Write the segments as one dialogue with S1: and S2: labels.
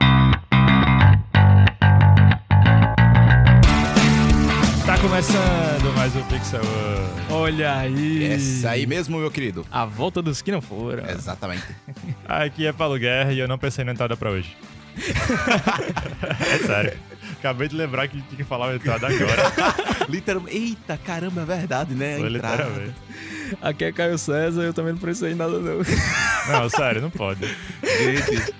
S1: Tá Começando mais um Pixel.
S2: Olha aí.
S3: Essa aí mesmo, meu querido.
S2: A volta dos que não foram.
S3: Exatamente.
S1: Aqui é Paulo Guerra e eu não pensei na entrada pra hoje. é sério. Acabei de lembrar que tinha que falar a entrada agora.
S3: Literalmente. Eita, caramba, é verdade, né? A
S1: Foi
S3: entrada.
S1: literalmente.
S2: Aqui é Caio César, eu também não precisei em nada não.
S1: Não, sério, não pode.
S3: Gente,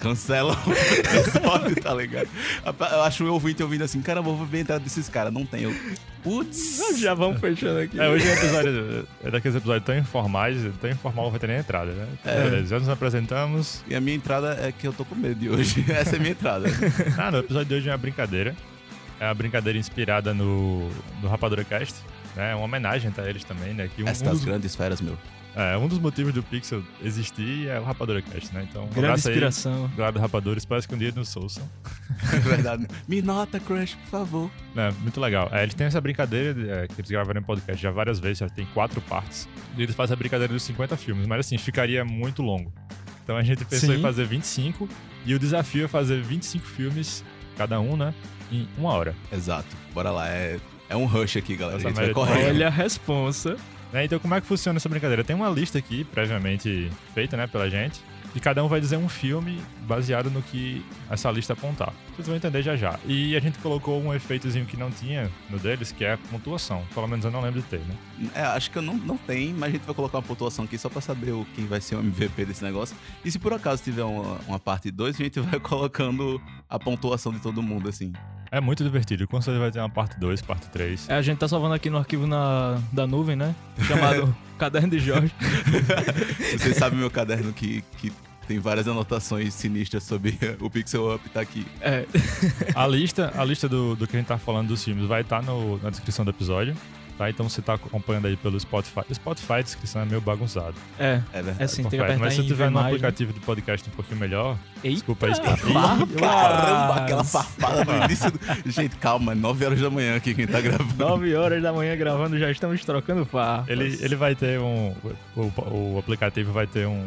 S3: cancela o episódio, tá ligado? Eu acho o ouvinte ouvindo assim, caramba, eu vou ver a entrada desses caras. Não tem. Eu... Putz.
S2: Já vamos fechando aqui.
S1: É, hoje é um episódio. É daqueles episódios tão informais, tão informal não vai ter nem entrada, né?
S3: É.
S1: Então, Beleza, já nos apresentamos.
S3: E a minha entrada é que eu tô com medo de hoje. Essa é a minha entrada.
S1: Ah, no episódio de hoje é uma brincadeira. É uma brincadeira inspirada no, no Rapadura Cast. Né? É uma homenagem a eles também, né? Que um,
S3: Essa tá
S1: um
S3: das
S1: dos,
S3: grandes feras, meu.
S1: é, um dos motivos do Pixel existir é o Rapadura Cast, né? Então, um
S2: Grande
S1: abraço aí.
S2: inspiração.
S1: Glado Rapadura, espero que um dia nos ouçam.
S3: É verdade. Me nota, Crush, por favor.
S1: É, muito legal. É, eles têm essa brincadeira é, que eles gravaram em podcast já várias vezes, já tem quatro partes. E eles fazem a brincadeira dos 50 filmes, mas assim, ficaria muito longo. Então a gente pensou
S2: Sim.
S1: em fazer 25 e o desafio é fazer 25 filmes, cada um, né? Em uma hora.
S3: Exato. Bora lá. É, é um rush aqui, galera.
S1: Essa é
S3: a gente vai
S1: merda-
S3: correndo.
S2: Olha a responsa.
S1: Né, Então, como é que funciona essa brincadeira? Tem uma lista aqui, previamente feita né, pela gente, e cada um vai dizer um filme baseado no que essa lista apontar. Vocês vão entender já já. E a gente colocou um efeitozinho que não tinha no deles, que é a pontuação. Pelo menos eu não lembro de ter, né?
S3: É, acho que eu não, não tem, mas a gente vai colocar uma pontuação aqui só pra saber o- quem vai ser o MVP desse negócio. E se por acaso tiver uma, uma parte 2, a gente vai colocando a pontuação de todo mundo, assim.
S1: É muito divertido. Com certeza vai ter uma parte 2, parte 3.
S2: É, a gente tá salvando aqui no arquivo na, da nuvem, né? Chamado Caderno de Jorge.
S3: Vocês sabem meu caderno que, que tem várias anotações sinistras sobre o Pixel Up, tá aqui.
S2: É,
S1: A lista, a lista do, do que a gente tá falando dos filmes vai estar na descrição do episódio. Tá? Então você tá acompanhando aí pelo Spotify. Spotify, a descrição é meio bagunçado.
S2: é,
S3: É verdade.
S2: é assim, tem que
S1: Confere.
S2: apertar
S1: Mas se
S2: em
S1: eu tiver
S2: ver
S1: no
S2: mais, né?
S1: aplicativo do podcast um pouquinho melhor,
S2: Eita,
S1: desculpa aí, Spotify.
S2: farpa!
S3: Caramba, aquela farpada no início do... Gente, calma, 9 horas da manhã aqui quem tá gravando.
S2: 9 horas da manhã gravando, já estamos trocando farpas.
S1: Ele, ele vai ter um. O, o aplicativo vai ter um.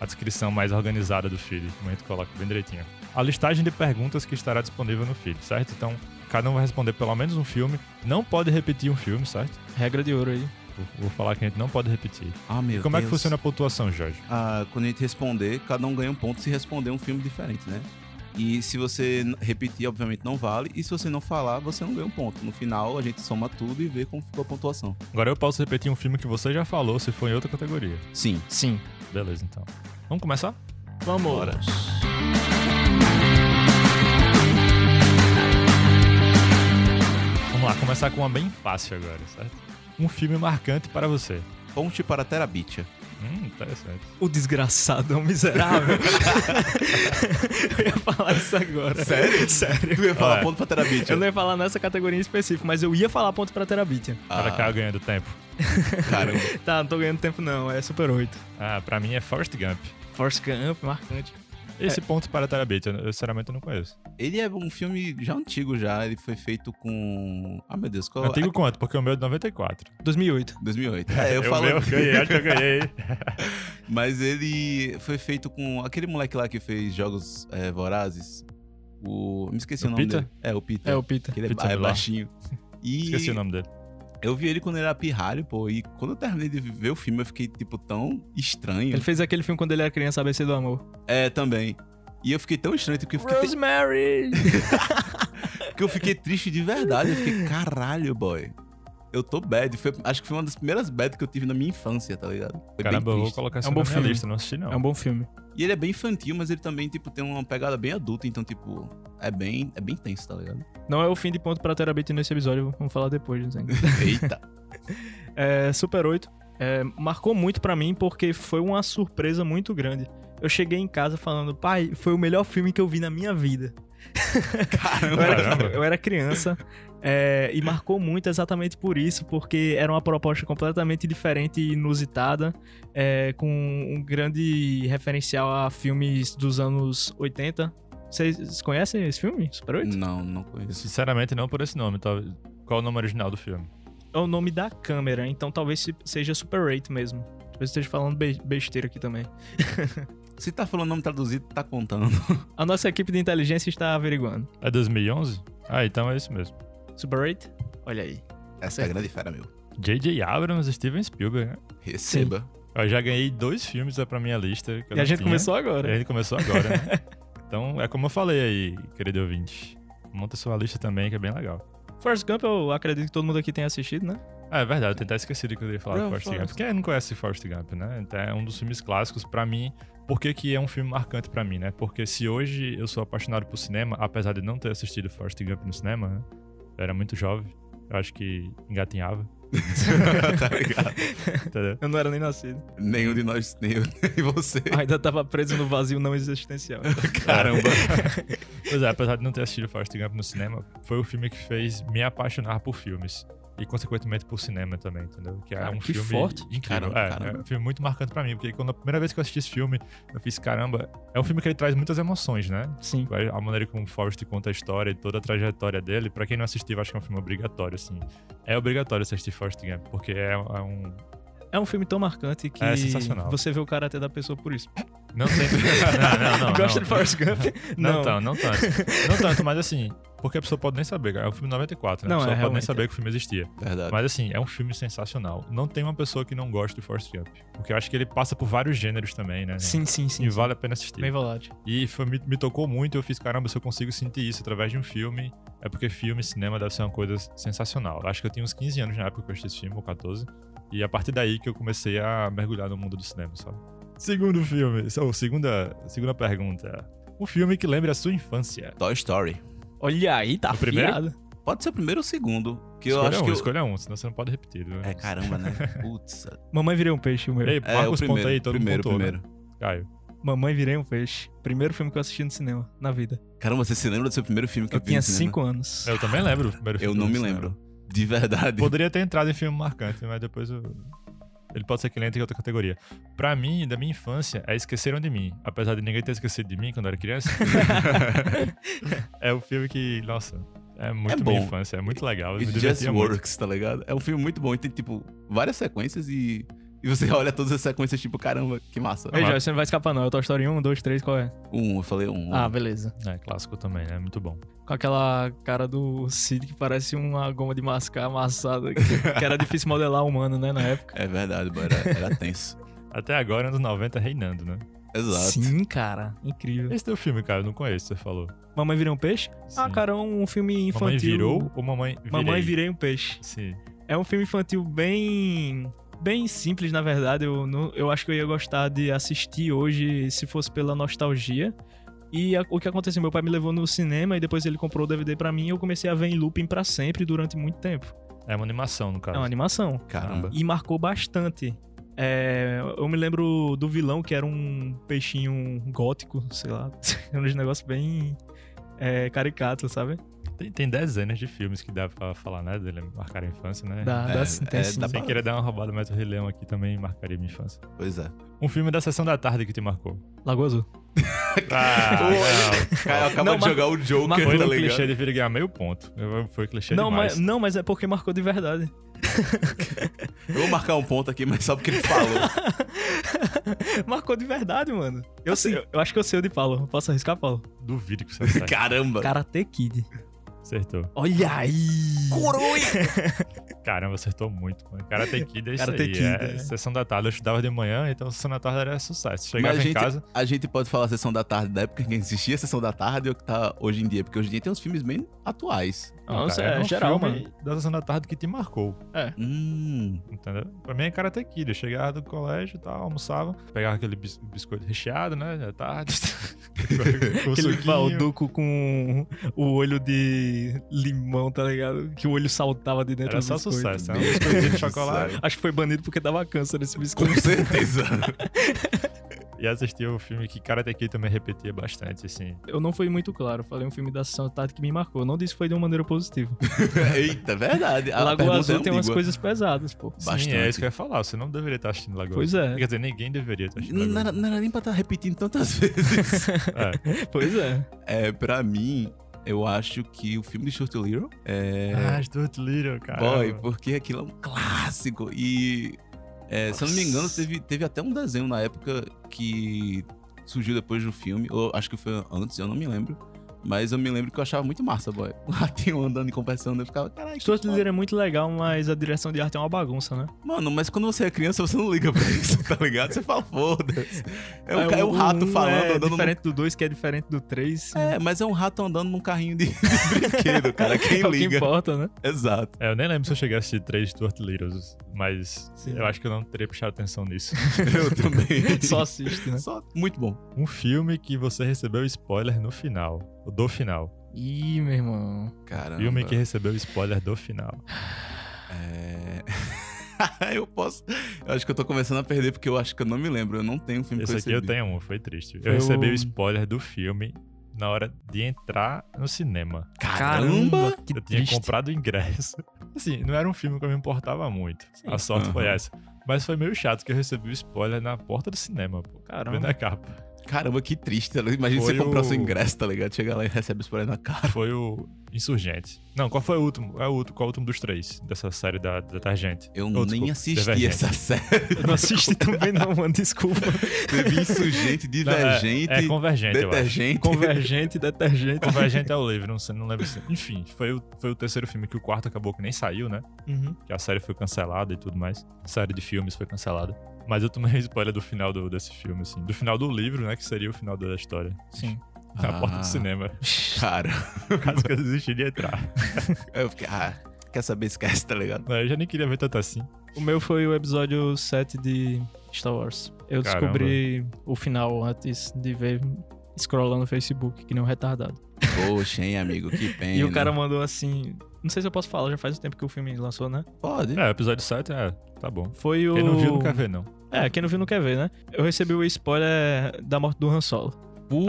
S1: A descrição mais organizada do feed, como a gente coloca bem direitinho. A listagem de perguntas que estará disponível no feed, certo? Então, cada um vai responder pelo menos um filme. Não pode repetir um filme, certo?
S2: Regra de ouro aí.
S1: Vou- Vou falar que a gente não pode repetir.
S3: Ah, meu
S1: Como é que
S3: Deus.
S1: funciona a pontuação, Jorge?
S3: Ah, quando a gente responder, cada um ganha um ponto se responder um filme diferente, né? E se você n- repetir, obviamente não vale. E se você não falar, você não ganha um ponto. No final, a gente soma tudo e vê como ficou a pontuação.
S1: Agora eu posso repetir um filme que você já falou, se for em outra categoria.
S3: Sim.
S2: Sim.
S1: Beleza, então. Vamos começar?
S2: Vamos.
S3: Bora.
S1: Vamos lá, começar com uma bem fácil agora, certo? Um filme marcante para você.
S3: Ponte para Terabitia.
S1: Hum, interessante.
S2: O desgraçado é um miserável. eu ia falar isso agora.
S3: Sério?
S2: Sério.
S3: Tu ia falar
S1: Ah, é.
S3: ponto para Terabitia.
S2: Eu não ia falar nessa categoria em específico, mas eu ia falar ponto pra Terabitia.
S3: Ah,
S1: Para cá ganhando tempo.
S3: caramba.
S2: Tá, não tô ganhando tempo não, é Super 8.
S1: Ah, pra mim é Forrest Gump.
S2: Force Camp, marcante. É.
S1: Esse ponto para Tarabit, eu, eu sinceramente não conheço.
S3: Ele é um filme já antigo já. Ele foi feito com... Ah, meu Deus. Qual...
S1: Antigo quanto? Porque o meu é de 94.
S2: 2008.
S3: 2008. É, eu
S1: o
S3: falo...
S1: meu, ganhei, acho que eu ganhei.
S3: Mas ele foi feito com aquele moleque lá que fez Jogos eh, Vorazes. O... Me esqueci o,
S1: O
S3: nome
S1: Peter?
S3: dele. É, o Peter.
S2: É o Peter.
S3: Que ele é,
S1: Pizza
S3: ba- é
S1: Miller.
S3: baixinho. E
S1: Esqueci o nome dele.
S3: eu vi ele quando ele era pirralho, pô. E quando eu terminei de ver o filme, eu fiquei, tipo, tão estranho.
S2: Ele fez aquele filme quando ele era criança, ABC do Amor.
S3: É, também. E eu fiquei tão estranho, tipo, que eu fiquei,
S2: Rosemary!
S3: que eu fiquei triste de verdade. Eu fiquei, caralho, boy. Eu tô bad. Foi- acho que foi uma das primeiras bad que eu tive na minha infância, tá ligado? Foi
S1: Caramba, eu
S3: bem
S1: vou
S3: triste.
S1: colocar
S2: É
S1: isso
S2: um
S1: na
S2: bom
S1: minha
S2: filme.
S1: lista, não assisti não.
S2: É um bom filme.
S3: E ele é bem infantil, mas ele também, tipo, tem uma pegada bem adulta. Então, tipo, é bem, é bem tenso, tá ligado?
S2: Não é o fim de ponto pra Terabit nesse episódio, vamos falar depois, né?
S3: Eita.
S2: É, Super 8 é, marcou muito pra mim porque foi uma surpresa muito grande. Eu cheguei em casa falando, pai, foi o melhor filme que eu vi na minha vida. Eu
S3: Caramba.
S2: era,
S1: Caramba.
S2: eu era criança é, e marcou muito exatamente por isso, porque era uma proposta completamente diferente e inusitada, é, com um grande referencial a filmes dos anos 80. Vocês conhecem esse filme? Super 8?
S3: Não, não conheço.
S1: Sinceramente, não por esse nome. Tá? Qual é o nome original do filme?
S2: É o nome da câmera, então talvez se- seja Super 8 mesmo. Talvez eu esteja falando be- besteira aqui também.
S3: Se tá falando nome traduzido, tá contando.
S2: A nossa equipe de inteligência está averiguando.
S1: É 2011? Ah, então é isso mesmo.
S2: Super 8? Olha aí.
S3: Essa é a grande fera, meu.
S1: J.J. Abrams e Steven Spielberg, né?
S3: Receba.
S1: Eu já ganhei dois filmes pra minha lista. que eu
S2: E a
S1: não
S2: gente
S1: tinha.
S2: começou agora.
S1: E a gente começou agora, né? Então, é como eu falei aí, querido ouvinte. Monta sua lista também, que é bem legal.
S2: Forrest Gump, eu acredito que todo mundo aqui tenha assistido, né?
S1: Ah, é verdade, eu tenho até esquecido que eu ia falar
S3: Não,
S1: de Forrest Gump.
S3: Forrest.
S1: Quem não conhece Forrest Gump, né? Então, é um dos filmes clássicos pra mim. Por que, que é um filme marcante pra mim, né? Porque se hoje eu sou apaixonado por cinema, apesar de não ter assistido Forrest Gump no cinema, né? eu era muito jovem, eu acho que engatinhava,
S3: tá ligado?
S1: entendeu?
S2: Eu não era nem nascido.
S3: Nenhum de nós, nem eu, nem você.
S2: Eu ainda tava preso no vazio não existencial.
S3: Caramba.
S1: Pois é, apesar de não ter assistido Forrest Gump no cinema, foi o filme que fez me apaixonar por filmes. E, consequentemente, por cinema também, entendeu? Que é
S2: Cara,
S1: um
S2: que
S1: filme
S2: forte.
S1: incrível.
S3: Caramba,
S1: é,
S3: caramba.
S1: é um filme muito marcante pra mim, porque quando a primeira vez que eu assisti esse filme, eu fiz, caramba, é um filme que ele traz muitas emoções, né?
S2: Sim.
S1: A maneira como o Forrest conta a história e toda a trajetória dele, pra quem não assistiu, eu acho que é um filme obrigatório, assim. É obrigatório você assistir Forrest Gump, porque é, é um...
S2: É um filme tão marcante que
S1: É sensacional.
S2: você vê o caráter da pessoa por isso.
S1: Não tem... não, não, não.
S2: Gosta
S1: não.
S2: de Forrest Gump?
S1: Não, então, tanto, não tanto. Não tanto, mas assim, porque a pessoa pode nem saber. cara. É um filme de 94, né?
S2: Não,
S1: a pessoa
S2: é,
S1: pode nem
S2: realmente,
S1: saber que o filme existia.
S3: Verdade.
S1: Mas assim, é um filme sensacional. Não tem uma pessoa que não goste de Forrest Gump. Porque eu acho que ele passa por vários gêneros também, né?
S2: Sim, sim, sim.
S1: E
S2: sim.
S1: vale a pena assistir.
S2: Bem volátil.
S1: E foi- me, me tocou muito, eu fiz, caramba, se eu consigo sentir isso através de um filme, é porque filme e cinema deve ser uma coisa sensacional. Eu Acho que eu tinha uns 15 anos na época que eu assisti esse filme, ou 14, e a partir daí que eu comecei a mergulhar no mundo do cinema, sabe? Segundo filme, ou segunda, segunda pergunta. Um filme que lembra a sua infância.
S3: Toy Story.
S2: Olha aí, tá
S1: O primeiro?
S2: afiado.
S3: Pode ser o primeiro ou o segundo. Que eu
S1: escolha
S3: acho
S1: um,
S3: que. eu-
S1: escolha um, senão você não pode repetir. Né?
S3: É, caramba, né? Putz.
S2: Mamãe virei um peixe, o meu.
S1: Ei,
S3: É,
S1: marca
S3: o
S1: os pontos
S3: primeiro.
S1: aí, todo
S3: primeiro,
S1: mundo pontuou, né?
S3: primeiro.
S1: Caio.
S2: Mamãe virei um peixe. Primeiro filme que eu assisti no cinema, na vida.
S3: Caramba, você se lembra do seu primeiro filme que
S2: Eu
S3: viu
S2: tinha
S3: no cinema?
S2: 5 anos.
S1: Eu também lembro o primeiro
S3: Eu
S1: filme
S3: não
S1: do
S3: me
S1: cinema.
S3: lembro. De verdade.
S1: né? Poderia ter entrado em filme marcante, mas depois eu... Ele pode ser que ele entre em outra categoria. Pra mim, da minha infância, é Esqueceram de Mim. Apesar de ninguém ter esquecido de mim quando eu era criança. é o filme que, nossa, é muito
S3: É
S1: minha
S3: bom.
S1: infância. É muito legal. eu me
S3: It Just
S1: divertia muito.
S3: Works, tá ligado? É um filme muito bom. E tem, tipo, várias sequências e. E você olha todas as sequências, tipo, caramba, que massa.
S2: Ei, Jorge, você não vai escapar, não. É o Toy Story 1, 2, 3, qual é?
S3: Um, eu falei um.
S2: Ah, beleza.
S1: É clássico também, né? Muito bom.
S2: Com aquela cara do Cid que parece uma goma de mascar amassada, que, que era difícil modelar humano, né, na época.
S3: É verdade, bora. Era tenso.
S1: Até agora, anos 90, reinando, né?
S3: Exato.
S2: Sim, cara. Incrível.
S1: Esse teu filme, cara, eu não conheço, você falou.
S2: Mamãe virei um peixe? Ah,
S1: Sim.
S2: cara, é um filme infantil.
S1: Mamãe virou ou mamãe virei?
S2: Mamãe virei um peixe.
S1: Sim.
S2: É um filme infantil bem bem simples, na verdade. Eu, não- eu acho que eu ia gostar de assistir hoje se fosse pela nostalgia. E a- o que aconteceu? Meu pai me levou no cinema e depois ele comprou o DVD pra mim e eu comecei a ver em looping pra sempre durante muito tempo.
S1: É uma animação, no
S2: É
S1: caso.
S2: uma animação.
S3: Caramba.
S2: E marcou bastante. É, eu me lembro do vilão que era um peixinho gótico, sei lá. Era um negócio bem é, caricato, sabe?
S1: Tem, tem dezenas de filmes que dá pra falar, né? Dele marcar a infância, né?
S2: Da, né?
S3: É,
S2: da,
S3: é,
S2: sim.
S3: dá pra-
S1: Sem querer dar uma roubada, mas o Rei Leão aqui também marcaria minha infância.
S3: Pois é.
S1: Um filme da Sessão da Tarde que te marcou.
S2: Lagoa Azul.
S1: Ah, não.
S3: Cara, acaba
S2: Não,
S3: de
S2: mas-
S3: jogar o Joker,
S2: mas
S1: Foi
S3: tá
S1: no
S3: ligado?
S1: um clichê de vir ganhar meio ponto. Foi clichê
S2: Não
S1: demais.
S2: mas, não, mas é porque marcou de verdade.
S3: Eu vou marcar um ponto aqui, mas só porque ele falou.
S2: Marcou de verdade, mano. Eu,
S3: Assim-
S2: sei, eu, eu acho que eu sei o de Paulo. Posso arriscar, Paulo?
S1: Duvido que você saiba.
S3: Caramba.
S2: Karate Kid.
S1: Acertou.
S2: Olha aí!
S1: Caramba, acertou muito. mano. Karate Kid é isso
S2: Karate
S1: aí.
S2: Kid,
S1: é.
S2: é.
S1: Sessão da Tarde eu estudava de manhã, então Sessão da Tarde era sucesso. Chegava
S3: Mas a
S1: em
S3: gente,
S1: casa...
S3: a gente pode falar sessão da tarde né? da época em que existia a sessão da tarde e o que tá hoje em dia, porque hoje em dia tem uns filmes bem atuais.
S1: Não,
S2: Nossa,
S1: cara, era
S2: é
S1: um
S2: geral,
S1: filme
S2: mano.
S1: da Sessão da Tarde que te marcou,
S3: Hum.
S1: entendeu? Pra mim é Karate Kid. Eu chegava do colégio e tal, almoçava, pegava aquele bis- biscoito recheado, né? Da tarde. Com
S2: Aquele
S1: suquinho.
S2: balduco com o olho de limão, tá ligado? Que o olho saltava de dentro né?
S1: Era
S2: do
S1: só
S2: biscoito.
S1: sucesso. Era um
S3: Meu
S1: biscoitinho de
S3: Deus do
S1: chocolate.
S3: céu.
S2: Acho que foi banido porque dava câncer esse biscoito.
S3: Com certeza.
S1: E assisti o filme que Karate Kid também repetia bastante, assim.
S2: Eu não fui muito claro. eu Falei um filme da Sessão da Tarde que me marcou. Eu Não disse que foi de uma maneira positiva.
S3: Eita, verdade. A
S2: Lagoa
S3: pergunta
S2: Azul
S3: é
S2: tem umas
S3: ambígua.
S2: coisas pesadas, pô.
S1: Sim,
S3: Bastante.
S1: é isso que eu ia falar. Você não deveria estar assistindo Lagoa.
S2: Pois
S1: Azul.
S2: é.
S1: Quer dizer, ninguém deveria estar assistindo
S3: Não
S1: Lagoa.
S3: era, não era nem pra estar repetindo tantas vezes.
S1: Azul. É.
S2: Pois é.
S3: é, pra mim, eu acho que o filme de Short Little é.
S1: Ah, Stuart Little, cara.
S3: Boy, porque aquilo é um clássico. E, é, se eu não me engano,
S1: Nossa.
S3: teve, teve até um desenho na época que surgiu depois do filme, ou acho que foi antes, eu não me lembro. Mas eu me lembro que eu achava muito massa, boy. O ratinho andando e conversando, eu ficava, caralho. que
S2: Stuart
S3: foda."
S2: Little é muito legal, mas a direção de arte é uma bagunça, né?
S3: Mano, mas quando você é criança, você não liga pra isso, tá ligado? Você fala, foda-se. É, o ca- é um rato
S2: um
S3: falando,
S2: é
S3: andando num
S2: diferente do 2, que é diferente do 3.
S3: É, mas é um rato andando num carrinho de, de brinquedo, cara. Quem
S2: é o que
S3: liga?
S2: importa, né?
S3: Exato.
S1: É, eu nem lembro se eu cheguei a assistir três Stuart Littles, mas
S2: Sim.
S1: eu acho que eu não teria puxado atenção nisso.
S3: Eu também.
S2: Só assiste, né?
S3: Só- muito bom.
S1: um filme que você recebeu spoiler no final, do final.
S2: Ih, meu irmão.
S3: Caramba.
S1: Filme que recebeu spoiler do final.
S3: É... eu posso. Eu acho que eu tô começando a perder porque eu acho que eu não me lembro. Eu não tenho um filme
S1: Esse
S3: que
S1: aqui eu
S3: recebi.
S1: tenho um, foi triste.
S2: Foi
S1: Eu recebi
S2: o-
S1: o spoiler do filme na hora de entrar no cinema.
S3: Caramba!
S2: que
S1: eu tinha
S2: triste.
S1: comprado o ingresso. Assim, não era um filme que eu me importava muito. A sorte foi
S3: Aham.
S1: essa. Mas foi meio chato que eu recebi o spoiler na porta do cinema, pô.
S2: Caramba.
S1: Vendo a capa.
S3: Caramba, que triste. tá ligado? Imagina
S1: Foi
S3: você comprar
S1: o-
S3: seu ingresso, tá ligado? Chega lá e recebe o spoiler na cara.
S1: Foi o Insurgente. Não, qual foi o último? É o último, qual é o último dos três dessa série da da Detergente?
S3: Eu
S1: Oh,
S3: nem
S1: desculpa,
S3: assisti
S1: Divergente.
S3: essa série.
S2: Eu não assisti também, não, mano. Desculpa.
S3: Teve insurgente,
S1: Não, é-
S3: divergente,
S1: É, Convergente, eu acho.
S3: detergente.
S2: Convergente, detergente.
S1: Convergente é o livro, não, sei- não lembro se. Enfim, foi o, foi o terceiro filme que o quarto acabou que nem saiu, né?
S2: Uhum.
S1: que a série foi cancelada e tudo mais. A série de filmes foi cancelada. Mas eu tomei spoiler do final do- desse filme, assim. Do final do livro, né? Que seria o final da história.
S2: Sim.
S1: Na
S3: Ah.
S1: porta do cinema.
S3: Cara,
S1: Caso que eu desisti de entrar.
S3: eu fiquei, ah, quer saber? Esquece, tá ligado?
S1: Eu já nem queria ver tanto assim.
S2: O meu foi o episódio 7 de Star Wars. Eu
S1: Caramba.
S2: descobri o final antes de ver scrollando no Facebook, que nem um retardado.
S3: Poxa, hein, amigo, que pena.
S2: E o cara mandou assim. Não sei se eu posso falar, já faz o tempo que o filme lançou, né?
S3: Pode.
S1: É, episódio 7, é, tá bom.
S2: Foi o.
S1: Quem não viu, não quer ver, não.
S2: É, quem não viu não quer ver, né? Eu recebi o spoiler da morte do Han Solo.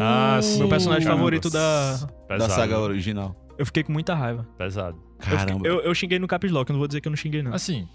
S1: Ah, sim.
S2: Meu personagem
S1: Caramba.
S2: favorito da.
S1: Pesado.
S3: Da saga original.
S2: Eu fiquei com muita raiva.
S1: Pesado.
S2: Eu fiquei-
S3: Caramba.
S2: Eu, eu xinguei no Caps Lock, eu não vou dizer que eu não xinguei, não.
S1: Assim.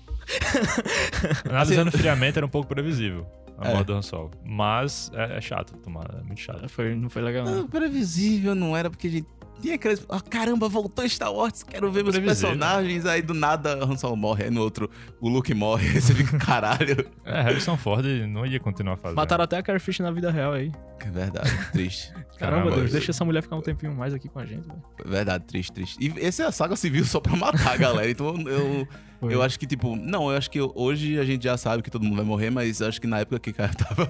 S1: Analisando
S2: Assim-
S1: friamente, era um pouco previsível. A
S3: É.
S1: morte do Han Solo. Mas é, é chato tomar, é muito chato.
S2: Foi, não foi legal, não.
S3: Ah, previsível não era, porque a gente tinha aqueles. Ah, caramba, voltou Star Wars, quero ver meus
S1: Previsível.
S3: personagens. Aí do nada Han Solo morre, aí no outro o Luke morre. Aí você fica, caralho.
S1: É, Harrison Ford não ia continuar fazendo.
S2: Mataram até a Carrie Fisher na vida real aí.
S3: Que É Verdade, triste. É
S2: Caramba,
S1: Caramba,
S2: Deus,
S1: isso-
S2: deixa essa mulher ficar um tempinho mais aqui com a gente. velho.
S3: Verdade, triste, triste. E essa é a saga civil só pra matar a galera. Então eu,
S2: Foi.
S3: eu acho que, tipo, não, eu acho que hoje a gente já sabe que todo mundo vai morrer, mas eu acho que na época que o cara tava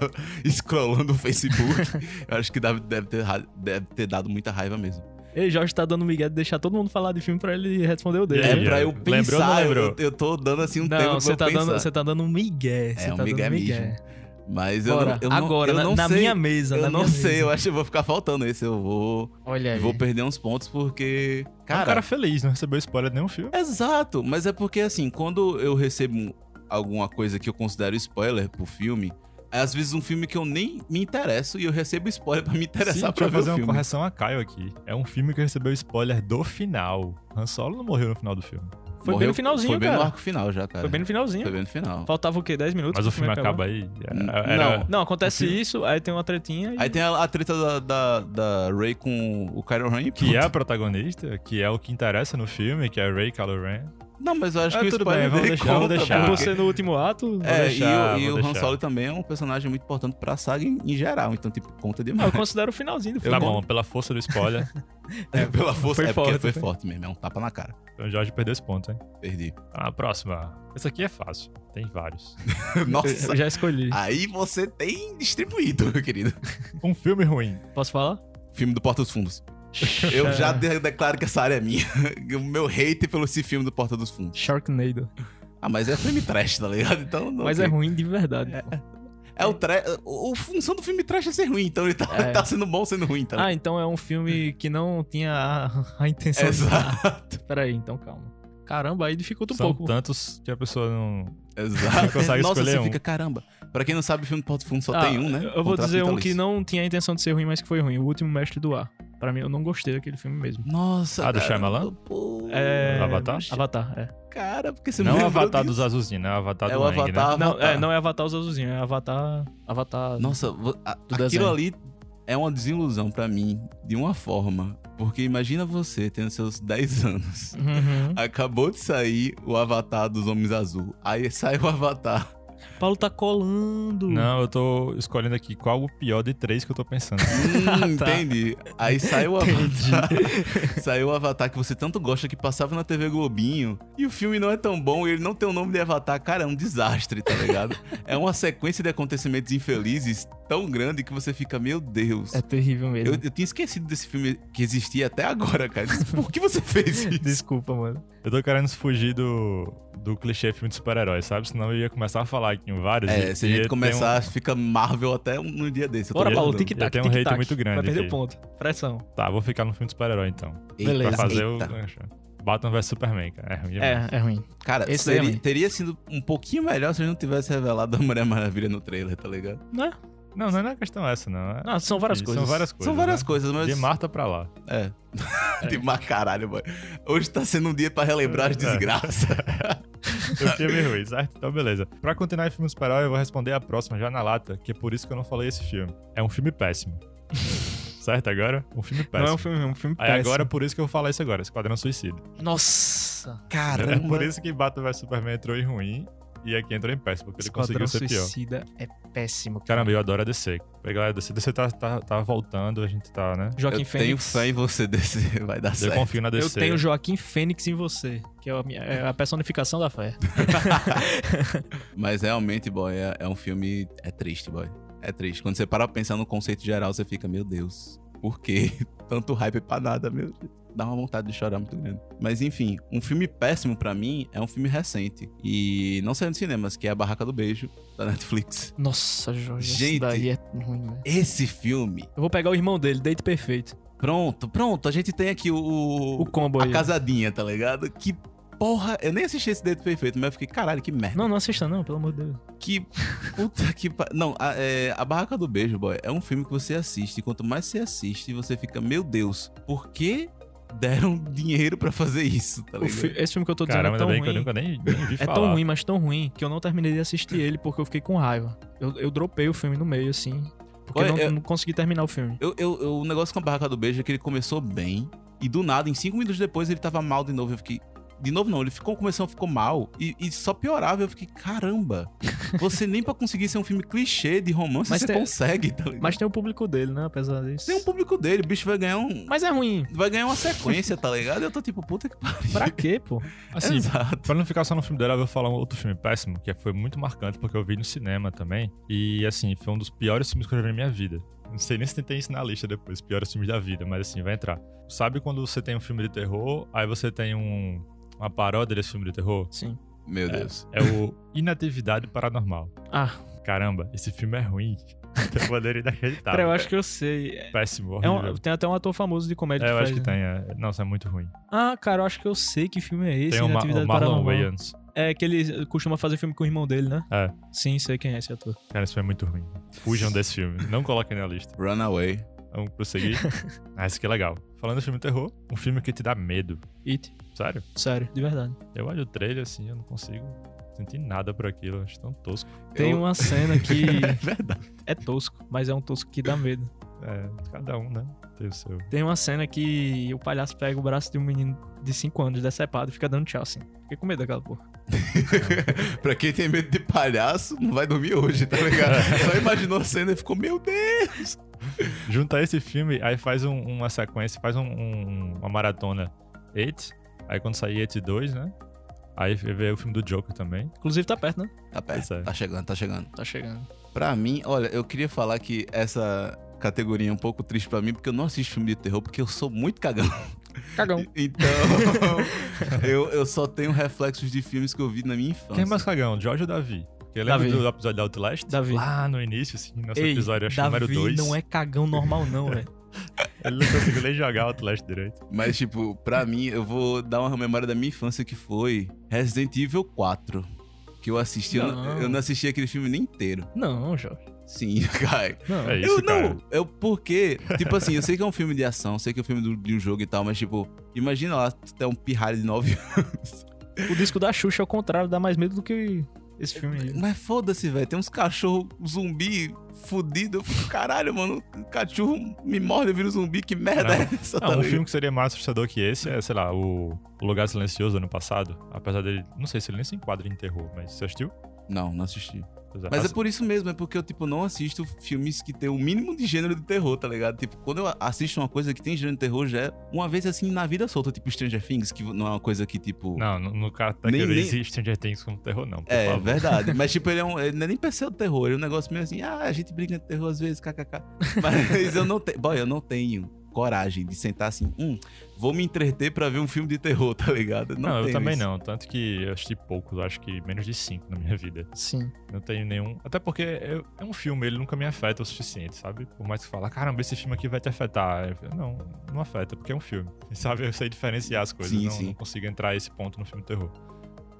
S3: scrollando o Facebook, eu acho que deve, deve ter, ra- deve ter dado muita raiva mesmo.
S2: Ei, Jorge tá dando migué de deixar todo mundo falar de filme pra ele responder o dele.
S1: E aí,
S3: É
S1: Jorge?
S3: pra eu
S1: Lembrou ou não
S3: pensar, eu-
S1: lembrou?
S3: eu, tô dando assim um tempo
S2: Não,
S3: pra
S2: você
S3: eu
S2: tá,
S3: pensar.
S2: dando, você tá dando um migué. Você
S3: um
S2: tá
S3: migué
S2: dando migué.
S3: mesmo. Mas eu
S2: Bora,
S3: não, eu não-
S2: agora,
S3: eu
S2: na,
S3: não
S2: na
S3: sei,
S2: minha mesa. na
S3: Eu não
S2: minha
S3: sei,
S2: mesa. É,
S3: eu acho que eu vou ficar faltando esse. Eu vou,
S2: Olha aí.
S3: vou perder uns pontos porque.
S1: É um
S3: Cara,
S1: cara feliz, não recebeu spoiler de nenhum filme.
S3: exato. Mas é porque assim, quando eu recebo alguma coisa que eu considero spoiler pro filme, às vezes um filme que eu nem me interesso e eu recebo spoiler pra me
S1: Sim,
S3: interessar
S1: deixa
S3: pra
S1: eu
S3: ver o
S1: fazer uma
S3: filme.
S1: correção a Caio aqui. É um filme que recebeu spoiler do final. Han Solo não morreu no final do filme.
S2: Foi bem no finalzinho,
S3: Foi bem no
S2: cara.
S3: arco final já, cara.
S2: Foi bem no finalzinho.
S3: Foi bem no final.
S2: Faltava o quê? 10 minutos?
S1: Mas
S2: pro
S1: o filme acaba aí.
S3: tá
S1: É,
S3: Hum, Não.
S1: Era- era-
S2: Não, acontece
S1: O filme-
S2: isso, aí tem uma tretinha e...
S3: Aí tem a, a treta da, da, da Ray com o Kylo Ren e
S1: Que é
S3: pronto.
S1: a protagonista, que é o que interessa no filme, que é Ray Kylo Ren.
S3: Não, mas eu acho
S1: Ah,
S3: que o
S1: tudo
S3: spoiler
S1: bem, vamos
S3: dele
S1: deixar, vamos
S3: conta,
S1: deixar.
S3: porque-
S2: Você no último ato...
S1: Vou
S3: É,
S1: deixar,
S3: e,
S1: vou
S3: o, e o Han
S1: deixar.
S3: Solo também é um personagem muito importante pra saga em, em geral, então, tipo, conta
S2: Não,
S3: demais.
S2: eu considero o finalzinho do filme.
S1: Tá bom, pela força do spoiler.
S3: É, pela força,
S2: foi
S3: é porque
S2: forte,
S3: foi
S2: foi.
S3: forte mesmo, é um tapa na cara.
S1: então o Jorge perdeu esse ponto, hein?
S3: Perdi.
S1: Ah, próxima. Esse aqui é fácil. Tem vários.
S2: Eu
S3: Nossa,
S2: já escolhi.
S3: aí você tem distribuído, meu querido.
S1: Um filme ruim.
S2: Posso falar?
S3: Filme do Porta dos Fundos. Eu já de- declaro que essa área é minha. O meu hate pelo esse filme do Porta dos Fundos.
S2: Sharknado.
S3: Ah, mas é filme trash, tá ligado? Então, não,
S2: Mas é ruim de verdade. pô.
S3: É o trash. A função do filme trash é ser ruim, então ele tá,
S2: É.
S3: tá sendo bom sendo ruim, tá?
S2: Ah, então é um filme que não tinha a, a intenção
S3: Exato.
S2: de... Peraí, então calma. Caramba, aí dificulta um
S1: São
S2: pouco.
S1: tantos que a pessoa não.
S3: Exato.
S1: consegue
S3: Nossa,
S1: escolher
S3: você
S1: um.
S3: fica, caramba. Pra quem não sabe, o filme do Porta dos Fundos só
S2: Ah,
S3: tem um, né?
S2: Eu vou
S3: Contrato
S2: dizer um
S3: vitalício.
S2: que não tinha a intenção de ser ruim, mas que foi ruim. O Último Mestre do Ar. Pra mim, eu não gostei daquele filme mesmo.
S3: Nossa,
S1: Ah, do
S3: cara,
S1: Shyamalan?
S3: Pô,
S2: É...
S1: Avatar?
S2: Avatar, é.
S3: Cara, porque você
S1: Não é o
S3: lembrou
S1: Avatar
S3: disso?
S1: dos Azulzinhos, né? É o Avatar
S3: É
S1: do
S3: o
S1: Aang, né?
S3: Avatar.
S2: Não, é, não é Avatar os Azulzinhos, é Avatar... Avatar...
S3: Nossa, vo- a-
S2: Do
S3: aquilo
S2: desenho.
S3: ali é uma desilusão pra mim, de uma forma. Porque imagina você tendo seus 10 anos.
S2: Uhum.
S3: Acabou de sair o Avatar dos Homens Azul. Aí sai o Avatar
S2: Paulo tá colando.
S1: Não, eu tô escolhendo aqui qual o pior de três que eu tô pensando.
S3: Hum,
S2: Tá.
S3: entendi. Aí saiu o
S2: Entendi.
S3: Avatar. saiu o Avatar que você tanto gosta que passava na TV Globinho. E o filme não é tão bom, ele não tem o nome de Avatar. Cara, é um desastre, tá ligado? é uma sequência de acontecimentos infelizes tão grande que você fica, meu Deus.
S2: É terrível mesmo.
S3: Eu, eu tinha esquecido desse filme que existia até agora, cara. Por que você fez isso?
S2: Desculpa, mano.
S1: Eu tô querendo fugir do, do clichê filme de super-herói, sabe? Senão eu ia começar a falar aqui em vários.
S3: É,
S1: e-
S3: se a
S1: e ia
S3: gente
S1: ter um-
S3: começar, fica Marvel até um, um dia desse. eu tô
S2: um- Bora, Paulo,
S3: lembrando.
S2: tic-tac.
S1: Eu tenho um hate
S2: tic-tac.
S1: muito grande
S2: Vai perder
S1: aqui.
S2: ponto. Pressão.
S1: Um... Tá, vou ficar no filme de super-herói então.
S3: Eita,
S2: Beleza. um, né?
S1: Pra fazer
S3: eita.
S1: o. Batman vs Superman, cara. É ruim demais.
S2: É, é ruim.
S3: Cara,
S2: Esse
S3: seria-
S2: daí é ruim.
S3: teria sido um pouquinho melhor se a gente não tivesse revelado a Mulher Maravilha no trailer, tá ligado?
S2: Né?
S1: Não, não é questão essa, não. É-
S2: Não, são várias
S1: Sim,
S2: coisas.
S1: São várias coisas.
S3: São várias
S1: né?
S3: coisas, mas.
S1: De Marta pra lá.
S3: É. De mar caralho, mano. Hoje tá sendo um dia pra relembrar as
S1: É.
S3: desgraças.
S1: Eu fiquei meio ruim, certo? Então, beleza. Pra continuar em filme de super-herói, eu vou responder a próxima já na lata, que é por isso que eu não falei esse filme. É um filme péssimo. certo agora? Um filme péssimo.
S2: Não é um filme, é um filme
S1: Aí
S2: péssimo.
S1: agora, por isso que eu vou falar isso agora, Esquadrão Suicida.
S2: Nossa!
S1: É por isso que Batman vs Superman entrou em ruim e aqui entrou em péssimo, porque ele
S2: Esquadrão
S1: conseguiu ser pior.
S2: Suicida é péssimo. cara.
S1: Caramba, eu adoro a DC. Pegar a DC, DC tá, tá, tá voltando, a gente tá, né?
S2: Joaquim
S3: Eu tenho
S2: Fênix.
S3: fé em você desse. Vai dar
S1: Eu
S3: certo.
S1: confio na DC.
S2: Eu tenho Joaquim Fênix em você, que é a, minha- é a personificação da fé.
S3: Mas realmente, boy, é, é um filme. É triste, boy. É triste. Quando você para pra pensar no conceito geral, você fica, meu Deus, por quê? Tanto hype pra nada, meu Deus. Dá uma vontade de chorar muito grande. Mas enfim, um filme péssimo pra mim é um filme recente. E não saiu nos cinemas, que é A Barraca do Beijo, da Netflix.
S2: Nossa, Jorge,
S3: Gente.
S2: isso daí é ruim, velho.
S3: Esse filme.
S2: Eu vou pegar o irmão dele, Date Perfeito.
S3: Pronto, pronto. A gente tem aqui o.
S2: O é. combo
S3: a
S2: aí.
S3: casadinha, tá ligado? Que porra. Eu nem assisti esse Dedo Perfeito, mas eu fiquei, caralho, que merda.
S2: Não, não assista não, pelo amor de Deus.
S3: Que puta que. pa- Não, a, é, a Barraca do Beijo, boy, é um filme que você assiste. e Quanto mais você assiste, você fica, meu Deus, por que deram dinheiro pra fazer isso, tá
S2: O fi-
S3: ligado?
S2: esse filme que eu tô dizendo
S1: Caramba,
S2: é
S1: ainda
S2: tão
S1: bem
S2: ruim.
S1: que eu nunca nem, nem vi
S2: É
S1: falar.
S2: tão ruim, mas tão ruim, que eu não terminei de assistir ele porque eu fiquei com raiva. Eu, eu dropei o filme no meio, assim. Porque
S3: Olha,
S2: eu não,
S3: eu-
S2: não consegui terminar o filme.
S3: Eu, eu, eu- o negócio com a Barraca do Beijo é que ele começou bem. E do nada, em cinco minutos depois, ele tava mal de novo. Eu fiquei. De novo, não, ele ficou, começou, ficou mal. E, e só piorava. Eu fiquei, caramba, você nem pra conseguir ser um filme clichê de romance,
S2: Mas
S3: você
S2: tem-
S3: consegue, tá ligado?
S2: Mas tem o público dele, né? Apesar disso.
S3: Tem um público dele, o bicho vai ganhar um.
S2: Mas é ruim.
S3: Vai ganhar uma sequência, tá ligado? Eu tô tipo, puta que pariu.
S2: Pra quê, pô?
S1: Assim,
S3: Exato.
S1: Pra não ficar só no filme dela, eu vou falar um outro filme péssimo, que foi muito marcante, porque eu vi no cinema também. E, assim, foi um dos piores filmes que eu já vi na minha vida. Não sei nem se tem isso na lista depois, piores filmes da vida, mas, assim, vai entrar. Sabe quando você tem um filme de terror, aí você tem um, uma paródia desse filme de terror?
S2: Sim.
S3: Meu Deus.
S1: É o Inatividade Paranormal.
S2: Ah,
S1: Caramba, esse filme é ruim. Eu poderia inacreditável.
S2: cara, eu acho que eu sei. É-
S1: Péssimo,
S2: é um-
S1: Tá, horrível.
S2: tem até um ator famoso de comédia
S1: É,
S2: que
S1: eu
S2: faz,
S1: acho que
S2: né?
S1: tem. É. Nossa, é muito ruim.
S2: Ah, cara, eu acho que eu sei que filme é esse.
S1: tem o,
S2: né?
S1: Ma-
S2: Atividade
S1: o Marlon
S2: Paranormal.
S1: Wayans.
S2: É que ele costuma fazer filme com o irmão dele, né?
S1: É.
S2: Sim, sei quem é esse ator.
S1: Cara, esse filme é muito ruim. Fujam desse filme. Não coloquem na lista.
S3: Runaway.
S1: Vamos prosseguir. ah, isso aqui é legal. Falando de filme de terror, um filme que te dá medo.
S2: It.
S1: Sério?
S2: Sério, de verdade.
S1: Eu olho o trailer assim, eu não consigo sentir nada por aquilo. Eu Acho tão tosco.
S2: Tem
S3: Eu-
S2: uma cena que
S3: É verdade.
S2: é tosco, mas é um tosco que dá medo.
S1: É, cada um, né? Tem o seu.
S2: Tem uma cena que o palhaço pega o braço de um menino de 5 anos decepado e fica dando tchau assim. Fiquei com medo daquela porra.
S3: pra quem tem medo de palhaço, não vai dormir hoje, tá ligado? Só imaginou a cena e ficou, meu Deus.
S1: Junta esse filme, aí faz um- uma sequência, faz um- um- uma maratona It. Aí quando sair It 2, né? Aí vê o filme do Joker também.
S2: Inclusive tá perto, né?
S3: Tá
S1: Pois é.
S3: perto. Tá chegando, tá chegando.
S2: Tá chegando.
S3: Pra mim, olha, eu queria falar que essa categoria é um pouco triste pra mim, porque eu não assisto filme de terror, porque eu sou muito cagão.
S2: Cagão.
S3: Então, eu, eu só tenho reflexos de filmes que eu vi na minha infância.
S1: Quem é mais cagão? Jorge ou Davi? Porque lembra
S2: Davi.
S1: do episódio da Outlast?
S2: Davi.
S1: Lá no início, assim, nosso
S2: Ei,
S1: episódio, acho que
S2: Davi
S1: número 2.
S2: não é cagão normal não, velho.
S1: Ele não conseguiu nem jogar Outlast direito.
S3: Mas, tipo, pra mim, eu vou dar uma memória da minha infância que foi Resident Evil 4. Que eu assisti, eu não-
S2: Não.
S3: eu não assisti aquele filme nem inteiro.
S2: Não, Jorge.
S3: Sim, cara.
S2: Não.
S1: É isso,
S3: eu não,
S1: cara.
S3: eu porque, tipo assim, eu sei que é um filme de ação, sei que é um filme do- de um jogo e tal, mas tipo, imagina lá, tu tem um pirralho de 9 anos.
S2: O disco da Xuxa, ao contrário, dá mais medo do que esse filme aí.
S3: Mas foda-se, velho, tem uns cachorro zumbi fudido. Eu fico, caralho, mano, o cachorro me morde, eu viro zumbi, que merda
S1: Não.
S3: é essa,
S1: Não,
S3: tá
S1: um
S3: ligado?
S1: filme que seria mais assustador que esse é, sei lá, o, o Lugar Silencioso do ano passado. Apesar dele. Não sei se ele nem se enquadra em terror, mas você assistiu?
S3: Não, não assisti.
S1: Pois é,
S3: Mas é
S1: passa-
S3: por isso mesmo, é porque eu, tipo, não assisto filmes que tem o mínimo de gênero de terror, tá ligado? Tipo, quando eu assisto uma coisa que tem gênero de terror, já é uma vez assim na vida solta, tipo Stranger Things, que não é uma coisa que, tipo.
S1: Não, no, no
S3: Nem-
S1: categoria
S3: nem-
S1: existe Stranger Things como terror, não. Por
S3: É,
S1: favor.
S3: verdade. Mas, tipo, ele, é um, ele não é nem PC do terror, ele é um negócio meio assim, ah, a gente briga de terror às vezes, kkk. Mas eu não tenho. Boy, eu não tenho coragem de sentar assim, hum, vou me entreter pra ver um filme de terror, tá ligado?
S1: Não, eu
S3: tenho
S1: também
S3: isso.
S1: não. Tanto que eu assisti poucos, eu acho que menos de cinco na minha vida.
S2: Sim.
S1: Não tenho nenhum. Até porque eu- é um filme, ele nunca me afeta o suficiente, sabe? Por mais que fala, caramba, esse filme aqui vai te afetar. Eu falo, não, não afeta, porque é um filme. Sabe? Eu sei diferenciar as coisas.
S3: Sim,
S1: não,
S3: sim.
S1: não consigo entrar a esse ponto no filme de terror.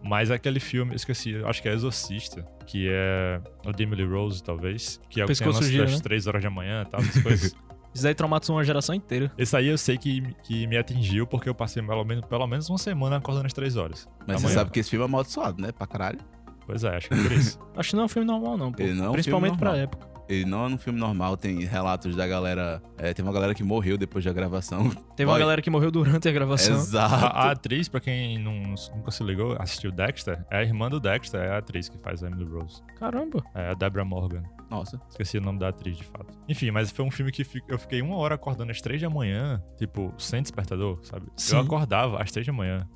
S1: Mas aquele filme, eu esqueci, eu acho que é Exorcista, que é o de Emily Rose, talvez, que é o que tem
S2: Pescoço
S1: lance
S2: gira,
S1: das
S2: né?
S1: 3 horas da manhã e tal, essas coisas.
S2: Isso daí traumatizou uma geração inteira.
S1: Esse aí eu sei que, que me atingiu, porque eu passei pelo menos, pelo menos uma semana acordando às 3 horas.
S3: Mas
S1: Amanhã.
S3: você sabe que esse filme é amaldiçoado, né? Pra caralho.
S1: Pois é, acho que é por isso.
S2: Acho que não é um filme normal, não, pô.
S3: Ele não é um
S2: Principalmente
S3: filme
S2: pra
S3: normal.
S2: época.
S3: Ele não é um filme normal, tem relatos da galera. É, tem uma galera que morreu depois da gravação.
S2: Teve uma
S3: Olha.
S2: galera que morreu durante a gravação.
S3: Exato.
S2: tá.
S1: A, a atriz, pra quem não- nunca se ligou, assistiu Dexter, é a irmã do Dexter, é a atriz que faz a Emily Rose.
S2: Caramba.
S1: É a Deborah Morgan.
S3: Nossa.
S1: Esqueci o nome da atriz, de fato. Enfim, mas foi um filme que fi- eu fiquei uma hora acordando às três da manhã, tipo, sem despertador, sabe?
S2: Sim.
S1: Eu acordava às três da manhã.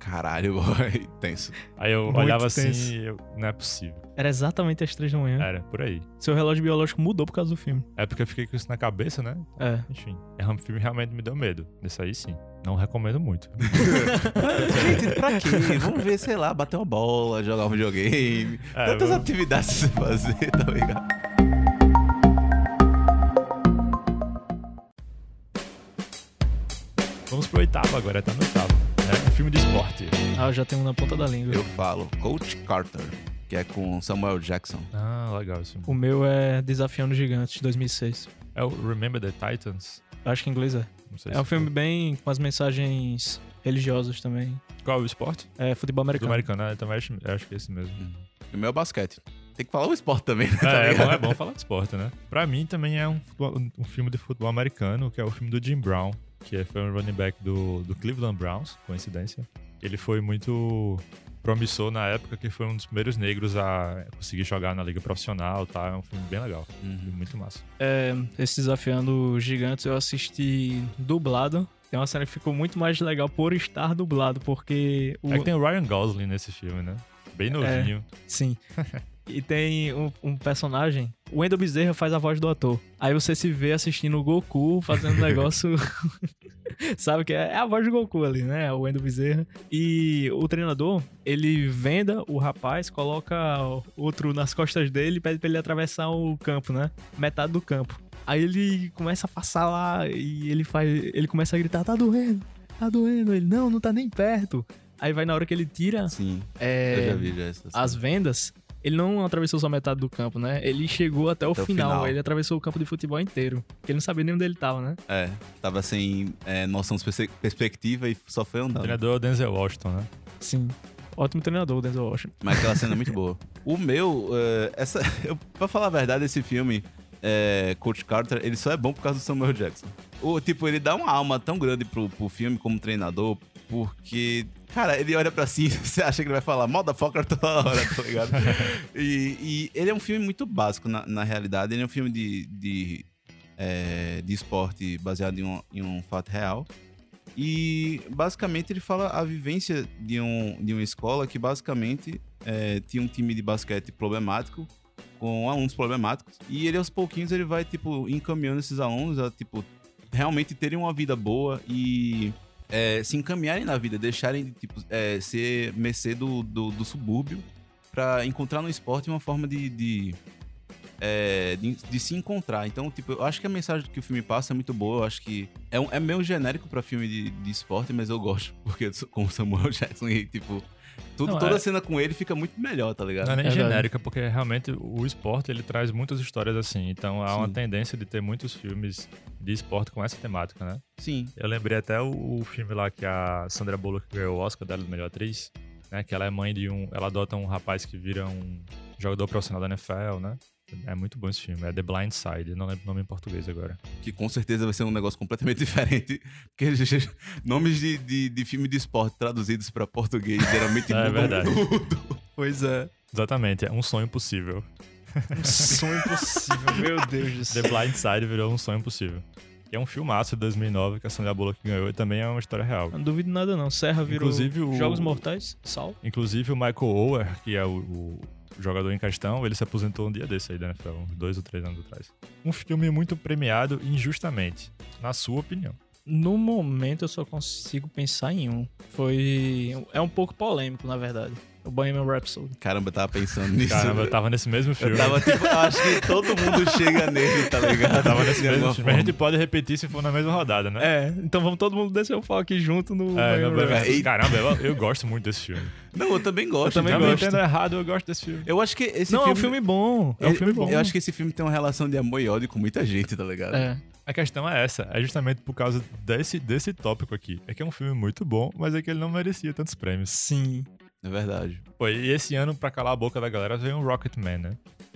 S3: Caralho, boy. Tenso.
S1: Aí eu
S2: Muito
S1: olhava
S2: tenso.
S1: assim, eu, não é possível.
S2: Era exatamente às três da
S3: É.
S2: manhã.
S1: Era, por aí.
S2: Seu relógio biológico mudou por causa do filme.
S1: É porque eu fiquei com isso na cabeça, né?
S2: É.
S1: Enfim, é um filme que realmente me deu medo. Isso aí sim. Não recomendo muito.
S3: Gente, É pra quê? Vamos ver, sei lá, bater uma bola, jogar um videogame.
S1: É,
S3: Tantas
S1: vamos-
S3: atividades pra você fazer, tá ligado?
S1: Vamos pro oitavo agora, tá no oitavo. É um filme de esporte.
S2: Ah, eu já tenho um na ponta da língua.
S3: Eu falo Coach Carter, que é com Samuel Jackson.
S1: Ah, legal esse filme.
S2: O meu é Desafiando Gigantes, 2006.
S1: É o Remember the Titans?
S2: Acho que em inglês é.
S1: Não sei
S2: É um filme bem com as mensagens religiosas também.
S1: Qual é o esporte?
S2: É futebol
S1: Do
S2: americano.
S1: americano, né? Eu também acho, eu acho que é esse mesmo.
S3: E o meu é basquete. Tem que falar o esporte também, né? tá
S1: É, é, bom,
S3: ligado?
S1: é bom falar de esporte, né? Pra mim também é um, futebol- um filme de futebol americano, que é o filme do Jim Brown, que é- foi um running back do, do Cleveland Browns, coincidência. Ele foi muito promissor na época, que foi um dos primeiros negros a conseguir jogar na liga profissional, tá? É um filme bem legal,
S3: Uhum.
S1: muito massa.
S2: É, esse Desafiando Gigantes eu assisti dublado. Tem uma cena que ficou muito mais legal por estar dublado, porque... O...
S1: É que tem o Ryan Gosling nesse filme, né? Bem novinho.
S2: Sim. E tem um, um personagem, o Wendel Bezerra faz a voz do ator. Aí você se vê assistindo o Goku fazendo um negócio. Sabe que é, é a voz do Goku ali, né? O Wendel Bezerra. E o treinador, ele venda o rapaz, coloca outro nas costas dele e pede pra ele atravessar o campo, né? Metade do campo. Aí ele começa a passar lá e ele faz. Ele começa a gritar, tá doendo, tá doendo. Ele, não, não tá nem perto. Aí vai na hora que ele tira.
S3: Sim,
S2: É,
S3: eu já vi já essa.
S2: as vendas, ele não atravessou só metade do campo, né? Ele chegou até o,
S3: Até o
S2: final.
S3: final.
S2: Ele atravessou o campo de futebol inteiro. Porque ele não sabia nem onde ele tava, né?
S3: É, tava sem é, noção de perse- perspectiva e só foi
S1: O
S3: andando.
S1: treinador é o Denzel Washington, né?
S2: Sim. Ótimo treinador, o Denzel Washington.
S3: Mas aquela cena é muito boa. O meu, é, essa, eu, pra falar a verdade, esse filme, é, Coach Carter, ele só é bom por causa do Samuel Jackson. O, tipo, ele dá uma alma tão grande pro, pro filme como treinador, porque, cara, ele olha pra si e você acha que ele vai falar motherfucker toda hora, tá ligado? e, e ele é um filme muito básico, na, na realidade. Ele é um filme de, de, é, de esporte baseado em um- em um fato real. E basicamente ele fala a vivência de, um, de uma escola que basicamente é, tinha um time de basquete problemático com alunos problemáticos e ele aos pouquinhos ele vai tipo encaminhando esses alunos a tipo realmente terem uma vida boa e é, se encaminharem na vida, deixarem de tipo é, ser mercê do, do, do subúrbio para encontrar no esporte uma forma de, de, é, de, de se encontrar. Então, tipo, eu acho que a mensagem que o filme passa é muito boa. Eu acho que é, um- é meio genérico pra filme de, de esporte, mas eu gosto, porque eu sou- com o Samuel Jackson e, tipo, tudo,
S1: Não,
S3: toda
S1: é-
S3: cena com ele fica muito melhor, tá ligado?
S1: Não é nem
S2: É verdade.
S1: genérica, porque realmente o esporte ele traz muitas histórias assim. Então há uma
S3: Sim.
S1: tendência de ter muitos filmes de esporte com essa temática, né?
S3: Sim.
S1: Eu lembrei até o, o filme lá que a Sandra Bullock ganhou o Oscar dela de melhor atriz, né? Que ela é mãe de um. Ela adota um rapaz que vira um jogador profissional da NFL, né? É muito bom esse filme. É The Blind Side. eu Não lembro o nome em português agora.
S3: Que com certeza vai ser um negócio completamente diferente. Porque nomes de, de, de filme de esporte traduzidos pra português geralmente
S1: É
S3: mudam
S1: verdade.
S3: tudo. Pois é.
S1: Exatamente, é um sonho possível.
S4: Um sonho impossível, meu Deus do
S1: The
S4: céu.
S1: Blind Side virou um sonho possível. Que é um filmaço de 2009 que a Sandra Bullock ganhou e também é uma história real.
S2: Não duvido nada, não. Serra virou
S1: Inclusive o-
S2: Jogos Mortais, Sal.
S1: Inclusive o Michael Ower, que é o, o jogador em questão, ele se aposentou um dia desse aí da NFL, uns dois ou três anos atrás. Um filme muito premiado injustamente, na sua opinião.
S2: No momento eu só consigo pensar em um. Foi. É um pouco polêmico, na verdade. O Bohemian Rhapsody.
S3: Caramba, eu tava pensando nisso.
S1: Caramba, eu tava nesse mesmo filme.
S3: Eu tava tipo, eu acho que todo mundo chega nele, tá ligado?
S1: Eu tava nesse
S3: De
S1: mesmo
S3: alguma
S1: filme. Mas a gente
S3: forma.
S1: pode repetir se for na mesma rodada, né?
S2: É, então vamos todo mundo descer o foco aqui junto no
S1: É,
S2: Bohemian
S1: não,
S2: Rhapsody.
S1: mas-
S3: Eita.
S1: caramba, eu, eu gosto muito desse filme.
S3: Não, eu também gosto.
S1: Eu
S3: Eu,
S1: também gosto. entendo errado, eu gosto desse filme.
S3: acho que esse
S2: Não,
S3: filme...
S2: é um filme bom. É um
S3: ele-
S2: filme bom.
S3: Eu acho que esse filme tem uma relação de amor e ódio com muita gente, tá ligado?
S2: É.
S1: A questão é essa, é justamente por causa desse, desse tópico aqui. É que é um filme muito bom, mas é que ele não merecia tantos prêmios.
S2: Sim.
S3: É verdade.
S1: Pô, e esse ano, pra calar a boca da galera, veio um Rocketman, né?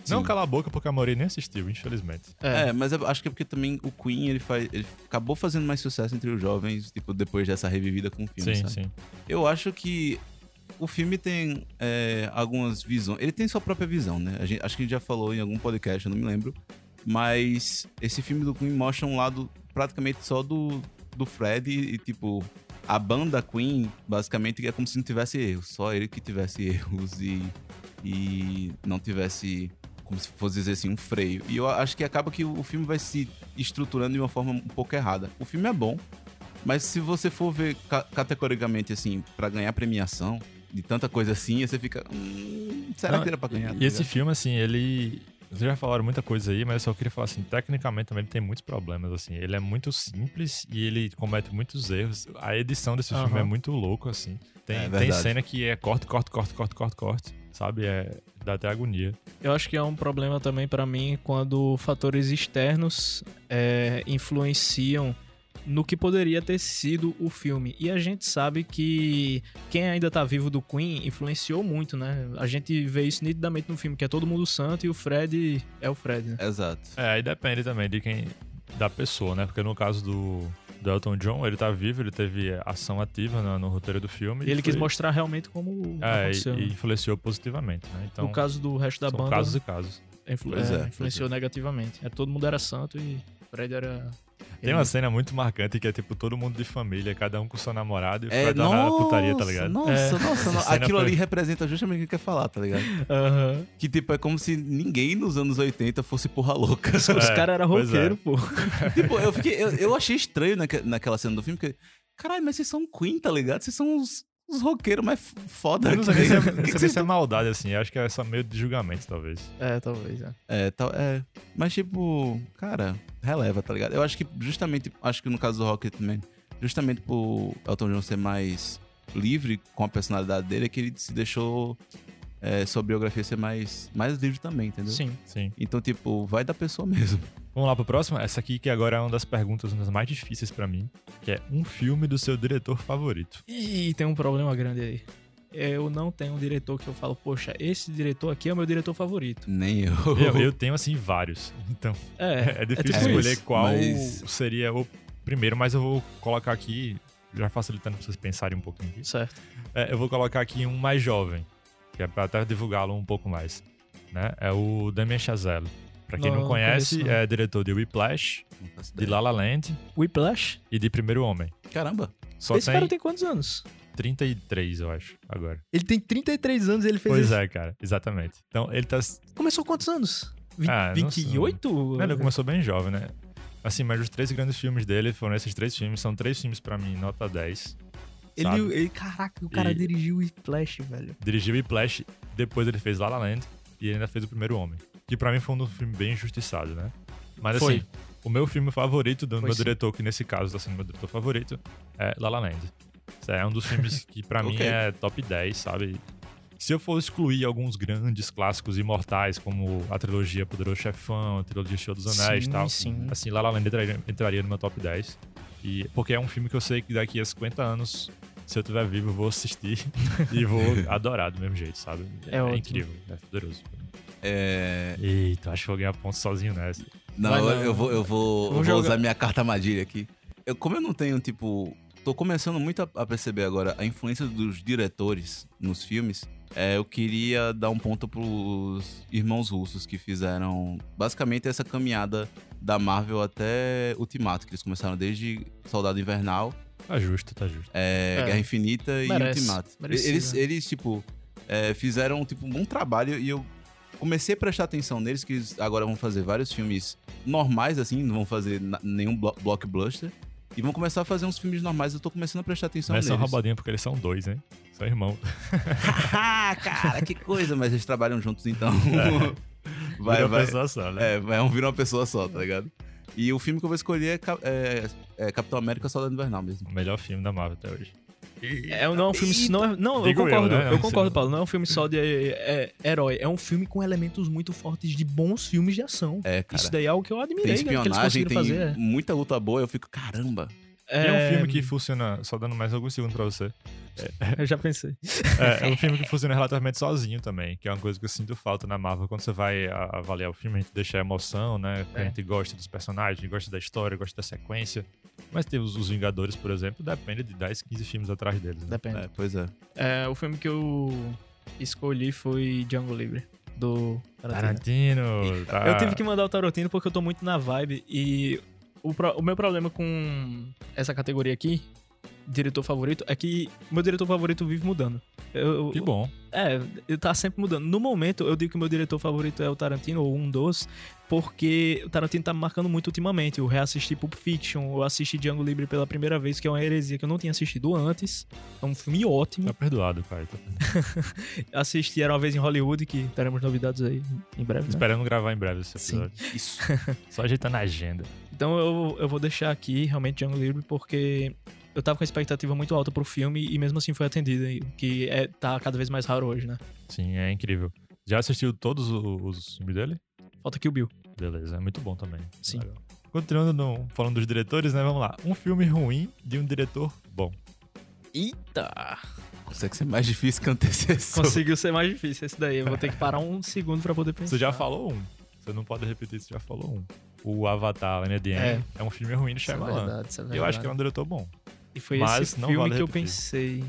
S1: Não
S3: Sim.
S1: calar a boca porque a Mauri nem assistiu, infelizmente.
S2: É.
S3: É, mas eu acho que é porque também o Queen, ele faz... Ele acabou fazendo mais sucesso entre os jovens, tipo, depois dessa revivida com o filme,
S1: sim,
S3: sabe? Tá
S1: sim.
S3: Eu acho que o filme tem é, algumas visões. Ele tem sua própria visão, né? A gente- acho que a gente já falou em algum podcast, eu não me lembro. Mas esse filme do Queen mostra um lado praticamente só do, do Fred e, tipo, a banda Queen, basicamente, é como se não tivesse erros. Só ele que tivesse erros e, e não tivesse, como se fosse dizer assim, um freio. E eu acho que acaba que o filme vai se estruturando de uma forma um pouco errada. O filme é bom, mas se você for ver ca- categoricamente, assim, pra ganhar premiação, de tanta coisa assim, aí você fica. "Hum, será
S1: Não,
S3: que era pra ganhar?
S1: E esse filme, assim, ele. Vocês já falaram muita coisa aí, mas eu só queria falar assim, tecnicamente também ele tem muitos problemas, assim. Ele é muito simples e ele comete muitos erros. A edição desse
S2: Aham.
S1: filme é muito louco, assim. Tem,
S3: É
S1: tem
S3: verdade.
S1: cena que é corte, corte, corte, corte, corte, corte. Sabe? É, dá até agonia.
S2: Eu acho que é um problema também pra mim quando fatores externos é, influenciam no que poderia ter sido o filme. E a gente sabe que quem ainda tá vivo do Queen influenciou muito, né? A gente vê isso nitidamente no filme, que é todo mundo santo e o Fred é o Fred, né?
S3: Exato.
S1: É, aí depende também de quem. da pessoa, né? Porque no caso do, do Elton John, ele tá vivo, ele teve ação ativa no, no roteiro do filme.
S2: E ele quis
S1: É, foi-
S2: mostrar realmente como
S1: É,
S2: aconteceu.
S1: e,
S2: né?
S1: e influenciou positivamente, né? Então,
S2: no caso do resto da
S1: são
S2: banda,
S1: casos e casos.
S2: influ-
S3: Pois
S2: é,
S3: é, pois
S2: influenciou negativamente. É, todo mundo era santo e o Fred era...
S1: Tem uma cena muito marcante que é tipo todo mundo de família, cada um com seu namorado e o
S3: É,
S1: Fred lá na putaria, tá ligado?
S3: Nossa, nossa,
S1: Essa
S3: nossa.
S1: cena
S3: Aquilo
S1: foi-
S3: ali representa justamente o que eu ia falar, tá ligado?
S2: Aham.
S3: Que, tipo, é como se ninguém nos anos 80 fosse porra louca.
S2: Os
S1: É,
S2: caras eram
S1: pois é.
S2: roqueiros, pô.
S3: tipo, eu, fiquei, eu, eu achei estranho naque- naquela cena do filme, porque, caralho, mas vocês são Queen, tá ligado? Vocês são os, os roqueiros mais f- foda.
S1: Eu não sei
S3: que
S1: nem se é, não
S3: tem.
S1: sei
S3: Que tá que
S1: nem
S3: vocês-
S1: se é maldade, assim. Eu acho que é só meio de julgamento, talvez.
S2: É, talvez, é.
S3: É, tal, é. Mas, tipo, cara, releva, tá ligado? Eu acho que justamente, acho que no caso do Rocketman, justamente por Elton John ser mais livre com a personalidade dele, é que ele se deixou é, sua biografia ser mais, mais livre também, entendeu?
S2: Sim.
S1: Sim.
S3: Então, tipo, vai da pessoa mesmo.
S1: Vamos lá pro próximo? Essa aqui que agora é uma das perguntas uma das mais difíceis pra mim, que é um filme do seu diretor favorito.
S2: E tem um problema grande aí. Eu não tenho um diretor que eu falo, poxa, esse diretor aqui é o meu diretor favorito.
S3: Nem eu.
S1: Eu, eu tenho, assim, vários. Então,
S2: É,
S1: é difícil
S2: tipo
S1: escolher
S3: isso,
S1: qual
S3: mas-
S1: seria o primeiro, mas eu vou colocar aqui, já facilitando pra vocês pensarem um pouquinho disso.
S2: certo.
S1: É, eu vou colocar aqui um mais jovem, que é pra até divulgá-lo um pouco mais. Né? É o Damien Chazelle. Pra quem não,
S2: Não, não
S1: conhece,
S2: conheço, não.
S1: é diretor de Whiplash, de La La Land
S2: Whiplash?
S1: e de Primeiro Homem.
S3: Caramba.
S1: Só
S2: esse
S1: tem,
S2: cara tem quantos anos?
S1: 33, eu acho, agora.
S2: Ele tem 33 anos e ele fez
S1: Pois
S2: esse-
S1: é, cara. Exatamente. Então, ele tá...
S2: Começou quantos anos? Vi-
S1: Ah, não sei.
S2: 28?
S1: Né, Ele começou bem jovem, né? Assim, mas os três grandes filmes dele foram esses três filmes. São três filmes pra mim, nota 10. sabe?
S2: ele, ele- caraca, o cara
S1: E-
S2: dirigiu Whiplash, velho.
S1: dirigiu Whiplash, depois ele fez La La Land e ele ainda fez O Primeiro Homem. Que pra mim foi um filme bem injustiçado, né? Mas
S2: Foi.
S1: assim, o meu filme favorito do
S2: Foi
S1: meu
S2: sim.
S1: diretor, que nesse caso tá sendo meu diretor favorito, é La La Land. Isso é um dos filmes que pra mim
S3: Ok.
S1: é top 10, sabe? Se eu for excluir alguns grandes clássicos imortais, como a trilogia Poderoso Chefão, a trilogia Senhor dos Anéis e
S2: Sim,
S1: tal,
S2: sim.
S1: assim, La La Land entraria, entraria no meu top 10. E, porque é um filme que eu sei que daqui a 50 anos, se eu tiver vivo, eu vou assistir e vou adorar do mesmo jeito, sabe?
S2: É ótimo.
S1: incrível, é poderoso.
S3: É...
S1: Eita, acho que eu vou ganhar ponto sozinho nessa.
S3: Não,
S2: Vai
S3: eu-
S2: lá.
S3: eu vou, eu vou, eu
S2: Vamos
S3: vou
S2: jogar.
S3: usar minha carta armadilha aqui. Eu, como eu não tenho, tipo. Tô começando muito a, a perceber agora a influência dos diretores nos filmes. É, eu queria dar um ponto pros irmãos russos que fizeram basicamente essa caminhada da Marvel até Ultimato, que eles começaram desde Soldado Invernal,
S1: Tá justo, tá justo.
S3: é,
S4: É.
S3: Guerra Infinita
S2: Merece.
S3: e Ultimato.
S2: Merecido.
S3: Eles, eles tipo, é, fizeram tipo, um bom trabalho e eu comecei a prestar atenção neles, que eles agora vão fazer vários filmes normais, assim, não vão fazer na- nenhum blo- blockbuster. E vão começar a fazer uns filmes normais, eu tô começando a prestar atenção
S1: Não é
S3: neles.
S1: só roubadinha porque eles são dois, hein? São irmãos.
S3: Ah, cara, que coisa, mas eles trabalham juntos então. Vai,
S1: Virou
S3: vai.
S1: pensação, né?
S3: É, vai um vira uma pessoa só, tá ligado? E o filme que eu vou escolher é Ca- é, é Capitão América Soldado Invernal mesmo.
S1: O melhor filme da Marvel até hoje.
S2: É, não é um filme. Não, é- não eu
S1: Digo eu,
S2: concordo. Eu,
S1: né? Não sei.
S2: concordo, Paulo. Não é um filme só de é, herói. É um filme com elementos muito fortes de bons filmes de ação.
S3: É, cara.
S2: Isso daí é algo que eu
S3: tem
S2: admirei, né? Que eles
S3: espionagem,
S2: conseguiram
S3: tem
S2: fazer.
S3: muita luta boa, eu fico, caramba.
S1: E
S2: É,
S1: é um filme que funciona, só dando mais alguns segundos pra você.
S2: Eu já pensei.
S1: É, é um filme que funciona relativamente sozinho também, que é uma coisa que eu sinto falta na Marvel. Quando você vai a- avaliar o filme, a gente deixa a emoção, né? Porque A
S2: É.
S1: gente gosta dos personagens, gosta da história, gosta da sequência. Mas tem os, os Vingadores, por exemplo, depende de 10, 15 filmes atrás deles. Né?
S2: Depende.
S3: É, pois é.
S2: É, o filme que eu escolhi foi Django Livre, do Tarantino.
S1: Tarantino. Tá...
S2: né? Eu tive que mandar o Tarotino porque eu tô muito na vibe e o, pro- o meu problema com essa categoria aqui, diretor favorito, é que meu diretor favorito vive mudando. Eu,
S1: Que bom.
S2: É, ele tá sempre mudando. No momento, eu digo que o meu diretor favorito é o Tarantino, ou um dos, porque o Tarantino tá me marcando muito ultimamente. Eu reassisti Pulp Fiction, eu assisti Django Livre pela primeira vez, que é uma heresia que eu não tinha assistido antes. É um filme ótimo.
S1: Tá perdoado, cara. Tá-
S2: Né? Assisti Era Uma Vez em Hollywood, que teremos novidades aí em breve. né?
S1: Esperando gravar em breve esse
S2: Sim.
S1: episódio. Isso. Só ajeitando a agenda.
S2: Então eu, eu vou deixar aqui realmente Django Livre, porque eu tava com a expectativa muito alta pro filme e mesmo assim foi atendida, e- que é, tá cada vez mais raro hoje, né?
S1: Sim, é incrível. Já assistiu todos os os filmes dele?
S2: Falta Kill Bill.
S1: Beleza, é muito bom também.
S2: Sim.
S1: Legal. Continuando no- falando dos diretores, né? Vamos lá. Um filme ruim de um diretor bom.
S2: Eita!
S3: Consegue ser mais difícil é que o antecessor.
S2: Conseguiu ser mais difícil esse daí. Eu vou ter que parar um segundo pra poder pensar.
S1: Você já falou um. Você não pode repetir, você já falou um. O Avatar, Land é. é um filme ruim do
S4: Isso é
S1: Shyamalan.
S4: verdade, isso é
S1: eu
S4: verdade.
S1: acho que é um diretor bom.
S2: E foi
S1: Mas
S2: esse
S1: não
S2: filme
S1: vale
S2: que eu
S1: repetir.
S2: pensei.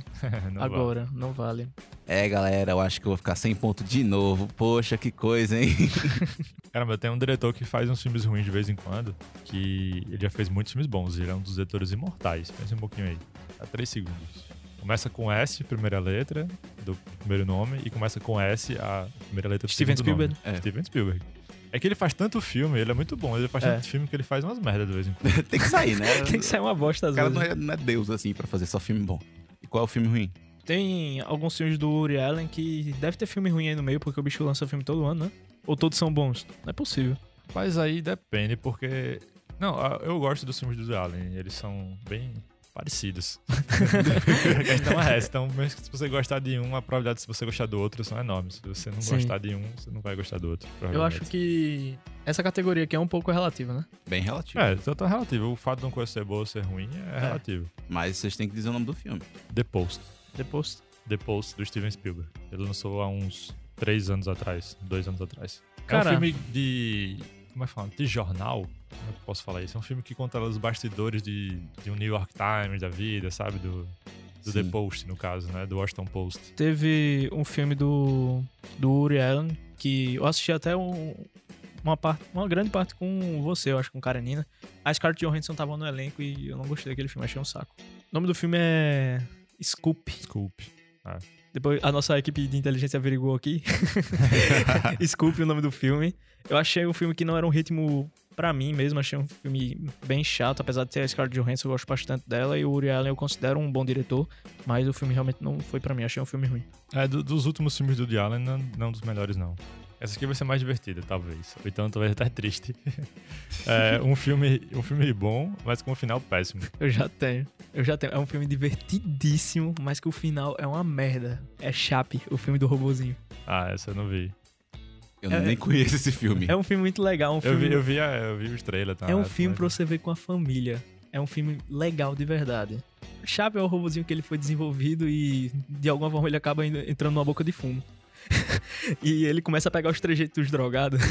S1: Não
S2: Agora, não vale.
S3: É, galera, eu acho que eu vou ficar sem ponto de novo. Poxa, que coisa, hein?
S1: vale. Caramba, tem um diretor que faz uns filmes ruins de vez em quando, que ele já fez muitos filmes bons. Ele é um dos diretores imortais. Pensa um pouquinho aí. Há três segundos. Começa com S, primeira letra do primeiro nome, e começa com S, a primeira letra do
S2: Steven
S1: segundo nome.
S2: Spielberg.
S3: É.
S1: Steven Spielberg. É que ele faz tanto filme, ele é muito bom, ele faz
S2: É.
S1: tanto filme que ele faz umas merdas de vez em quando.
S3: Tem que sair, né?
S2: Tem que sair uma bosta
S3: O
S2: às
S3: cara
S2: vezes.
S3: não é, não é Deus, assim, pra fazer só filme bom. E qual é o filme ruim?
S2: Tem alguns filmes do Uri Allen que deve ter filme ruim aí no meio, porque o bicho lança filme todo ano, né? Ou todos são bons? Não é possível.
S1: Mas aí depende, porque. Não, a- eu gosto dos filmes do Woody Allen, eles são bem parecidos. a questão é essa. Então, mesmo que se você gostar de um, a probabilidade de se você gostar do outro são enormes. Se você não
S2: Sim.
S1: gostar de um, você não vai gostar do outro.
S2: Eu acho
S1: provavelmente.
S2: que essa categoria aqui é um pouco relativa, né?
S3: Bem relativo.
S1: É, só tá relativo. O fato de uma coisa ser boa ou ser ruim é, relativo.
S3: Mas vocês têm que dizer o nome do filme.
S1: The Post.
S2: Depois.
S1: The Post do Steven Spielberg. Ele lançou há uns três anos atrás, dois anos atrás.
S2: Cara.
S1: É um filme de. Como é que fala? De jornal? Como é que eu posso falar isso? É um filme que conta os bastidores de, de um New York Times da vida, sabe? Do, do The
S3: Sim.
S1: Post, no caso, né? Do Washington Post.
S2: Teve um filme do, do Uri Allen que eu assisti até um- uma, parte, uma grande parte com você, eu acho, com Karenina. A Scarlett Johansson tava no elenco e eu não gostei daquele filme, achei um saco. O nome do filme é Scoop.
S1: Scoop.
S2: Depois a nossa equipe de inteligência averiguou aqui. Scoop o nome do filme. Eu achei um filme que não era um ritmo pra mim mesmo, achei um filme bem chato, apesar de ter a Scarlett Johansson, eu gosto bastante dela e o Uri Allen eu considero um bom diretor, mas o filme realmente não foi pra mim, achei um filme ruim.
S1: É, do- dos últimos filmes do Woody Allen, não, não dos melhores, não. Essa aqui vai ser mais divertida, talvez. Ou então talvez até triste. é, um, filme, um filme bom, mas com um final péssimo.
S2: Eu já tenho. Eu já tenho. É um filme divertidíssimo, mas que o final é uma merda. É Chape, o filme do robozinho.
S1: Ah, essa eu não vi.
S3: Eu
S2: É-
S3: nem conheço esse filme.
S2: É um filme muito legal. Um
S1: Eu
S2: filme,
S1: vi, eu vi, a- eu vi os trailers. Tá,
S2: é um
S1: Mas-
S2: filme pra você ver com a família. É um filme legal de verdade. Chape é o robozinho que ele foi desenvolvido e de alguma forma ele acaba indo- entrando numa boca de fumo. e ele começa a pegar os trejeitos dos drogados.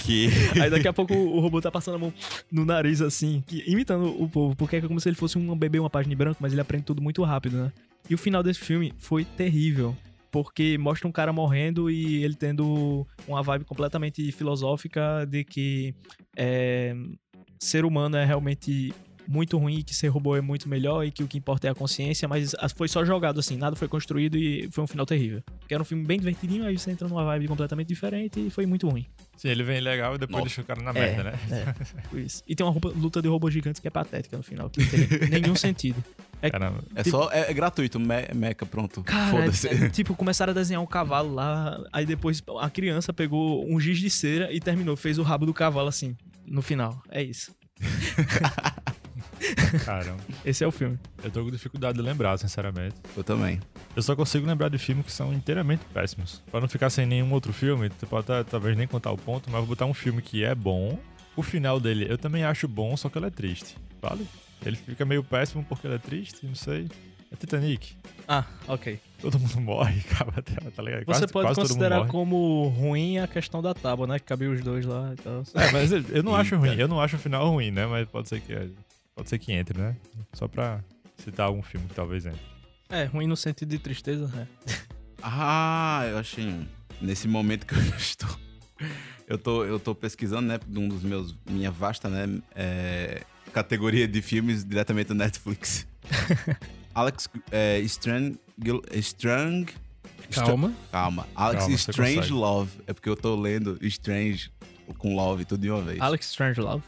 S3: Que...
S2: Aí daqui a pouco o robô tá passando a mão no nariz, assim, que- imitando o povo, porque é como se ele fosse um bebê, uma página em branco, mas ele aprende tudo muito rápido, né? E o final desse filme foi terrível. porque mostra um cara morrendo e ele tendo uma vibe completamente filosófica de que é, ser humano é realmente muito ruim, que ser robô é muito melhor e que o que importa é a consciência, mas as- foi só jogado assim, nada foi construído e foi um final terrível. Que era um filme bem divertidinho, aí você entra numa vibe completamente diferente e foi muito ruim.
S1: Sim, ele vem legal e depois
S3: Nossa.
S1: deixa o cara na
S2: É.
S1: merda, né?
S2: Foi isso. E tem uma roupa- luta de robôs gigantes que é patética no final, que não tem nenhum sentido. É-
S1: Caramba.
S3: É
S2: Tipo-
S3: só. É, é gratuito, me- meca, pronto.
S2: Cara,
S3: Foda-se.
S2: é- é, tipo, começaram a desenhar um cavalo lá, aí depois a criança pegou um giz de cera e terminou, fez o rabo do cavalo assim, no final. É isso.
S1: Caramba.
S2: Esse é o filme.
S1: Eu tô com dificuldade de lembrar, sinceramente.
S3: Eu também.
S1: Eu só consigo lembrar de filmes que são inteiramente péssimos. Pra não ficar sem nenhum outro filme, tu pode até, talvez nem contar o ponto, mas eu vou botar um filme que é bom. O final dele eu também acho bom, só que ele é triste. Vale? Ele fica meio péssimo porque ele é triste, não sei. É Titanic.
S2: Ah, ok.
S1: Todo mundo morre, acaba, tá ligado?
S2: Você
S1: Quase-
S2: pode
S1: quase todo mundo
S2: considerar
S1: morre.
S2: como ruim a questão da tábua, né? Que cabia os dois lá e tal.
S1: É, mas eu eu não acho
S3: Eita.
S1: ruim. Eu não acho o final ruim, né? Mas pode ser que pode ser que entre, né? Só pra citar algum filme que talvez entre.
S2: É, ruim no sentido de tristeza, né?
S3: Ah, eu achei um. Nesse momento que eu estou. Eu tô, eu tô pesquisando, né? Um dos meus. Minha vasta, né? é, categoria de filmes diretamente do Netflix. Alex é, Strang. Strang.
S2: Calma.
S3: Calma. Alex
S1: Calma, você
S3: Strange
S1: consegue.
S3: Love. É porque eu tô lendo Strange com Love tudo de uma vez.
S2: Alex Strangelove.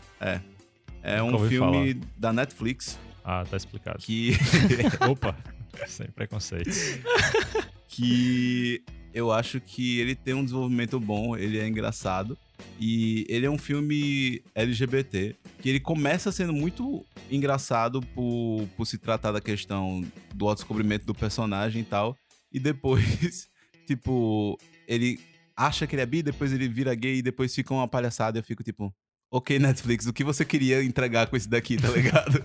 S3: é um
S1: Nunca ouvi
S3: filme da Netflix
S1: Ah, tá explicado.
S3: que.
S1: Opa! Sem preconceitos.
S3: que eu acho que ele tem um desenvolvimento bom, ele é engraçado. E ele é um filme LGBT, que ele começa sendo muito engraçado por, por se tratar da questão do descobrimento do personagem e tal. E depois, tipo, ele acha que ele é bi, depois ele vira gay e depois fica uma palhaçada. E eu fico tipo, ok, Netflix, o que você queria entregar com esse daqui, tá ligado?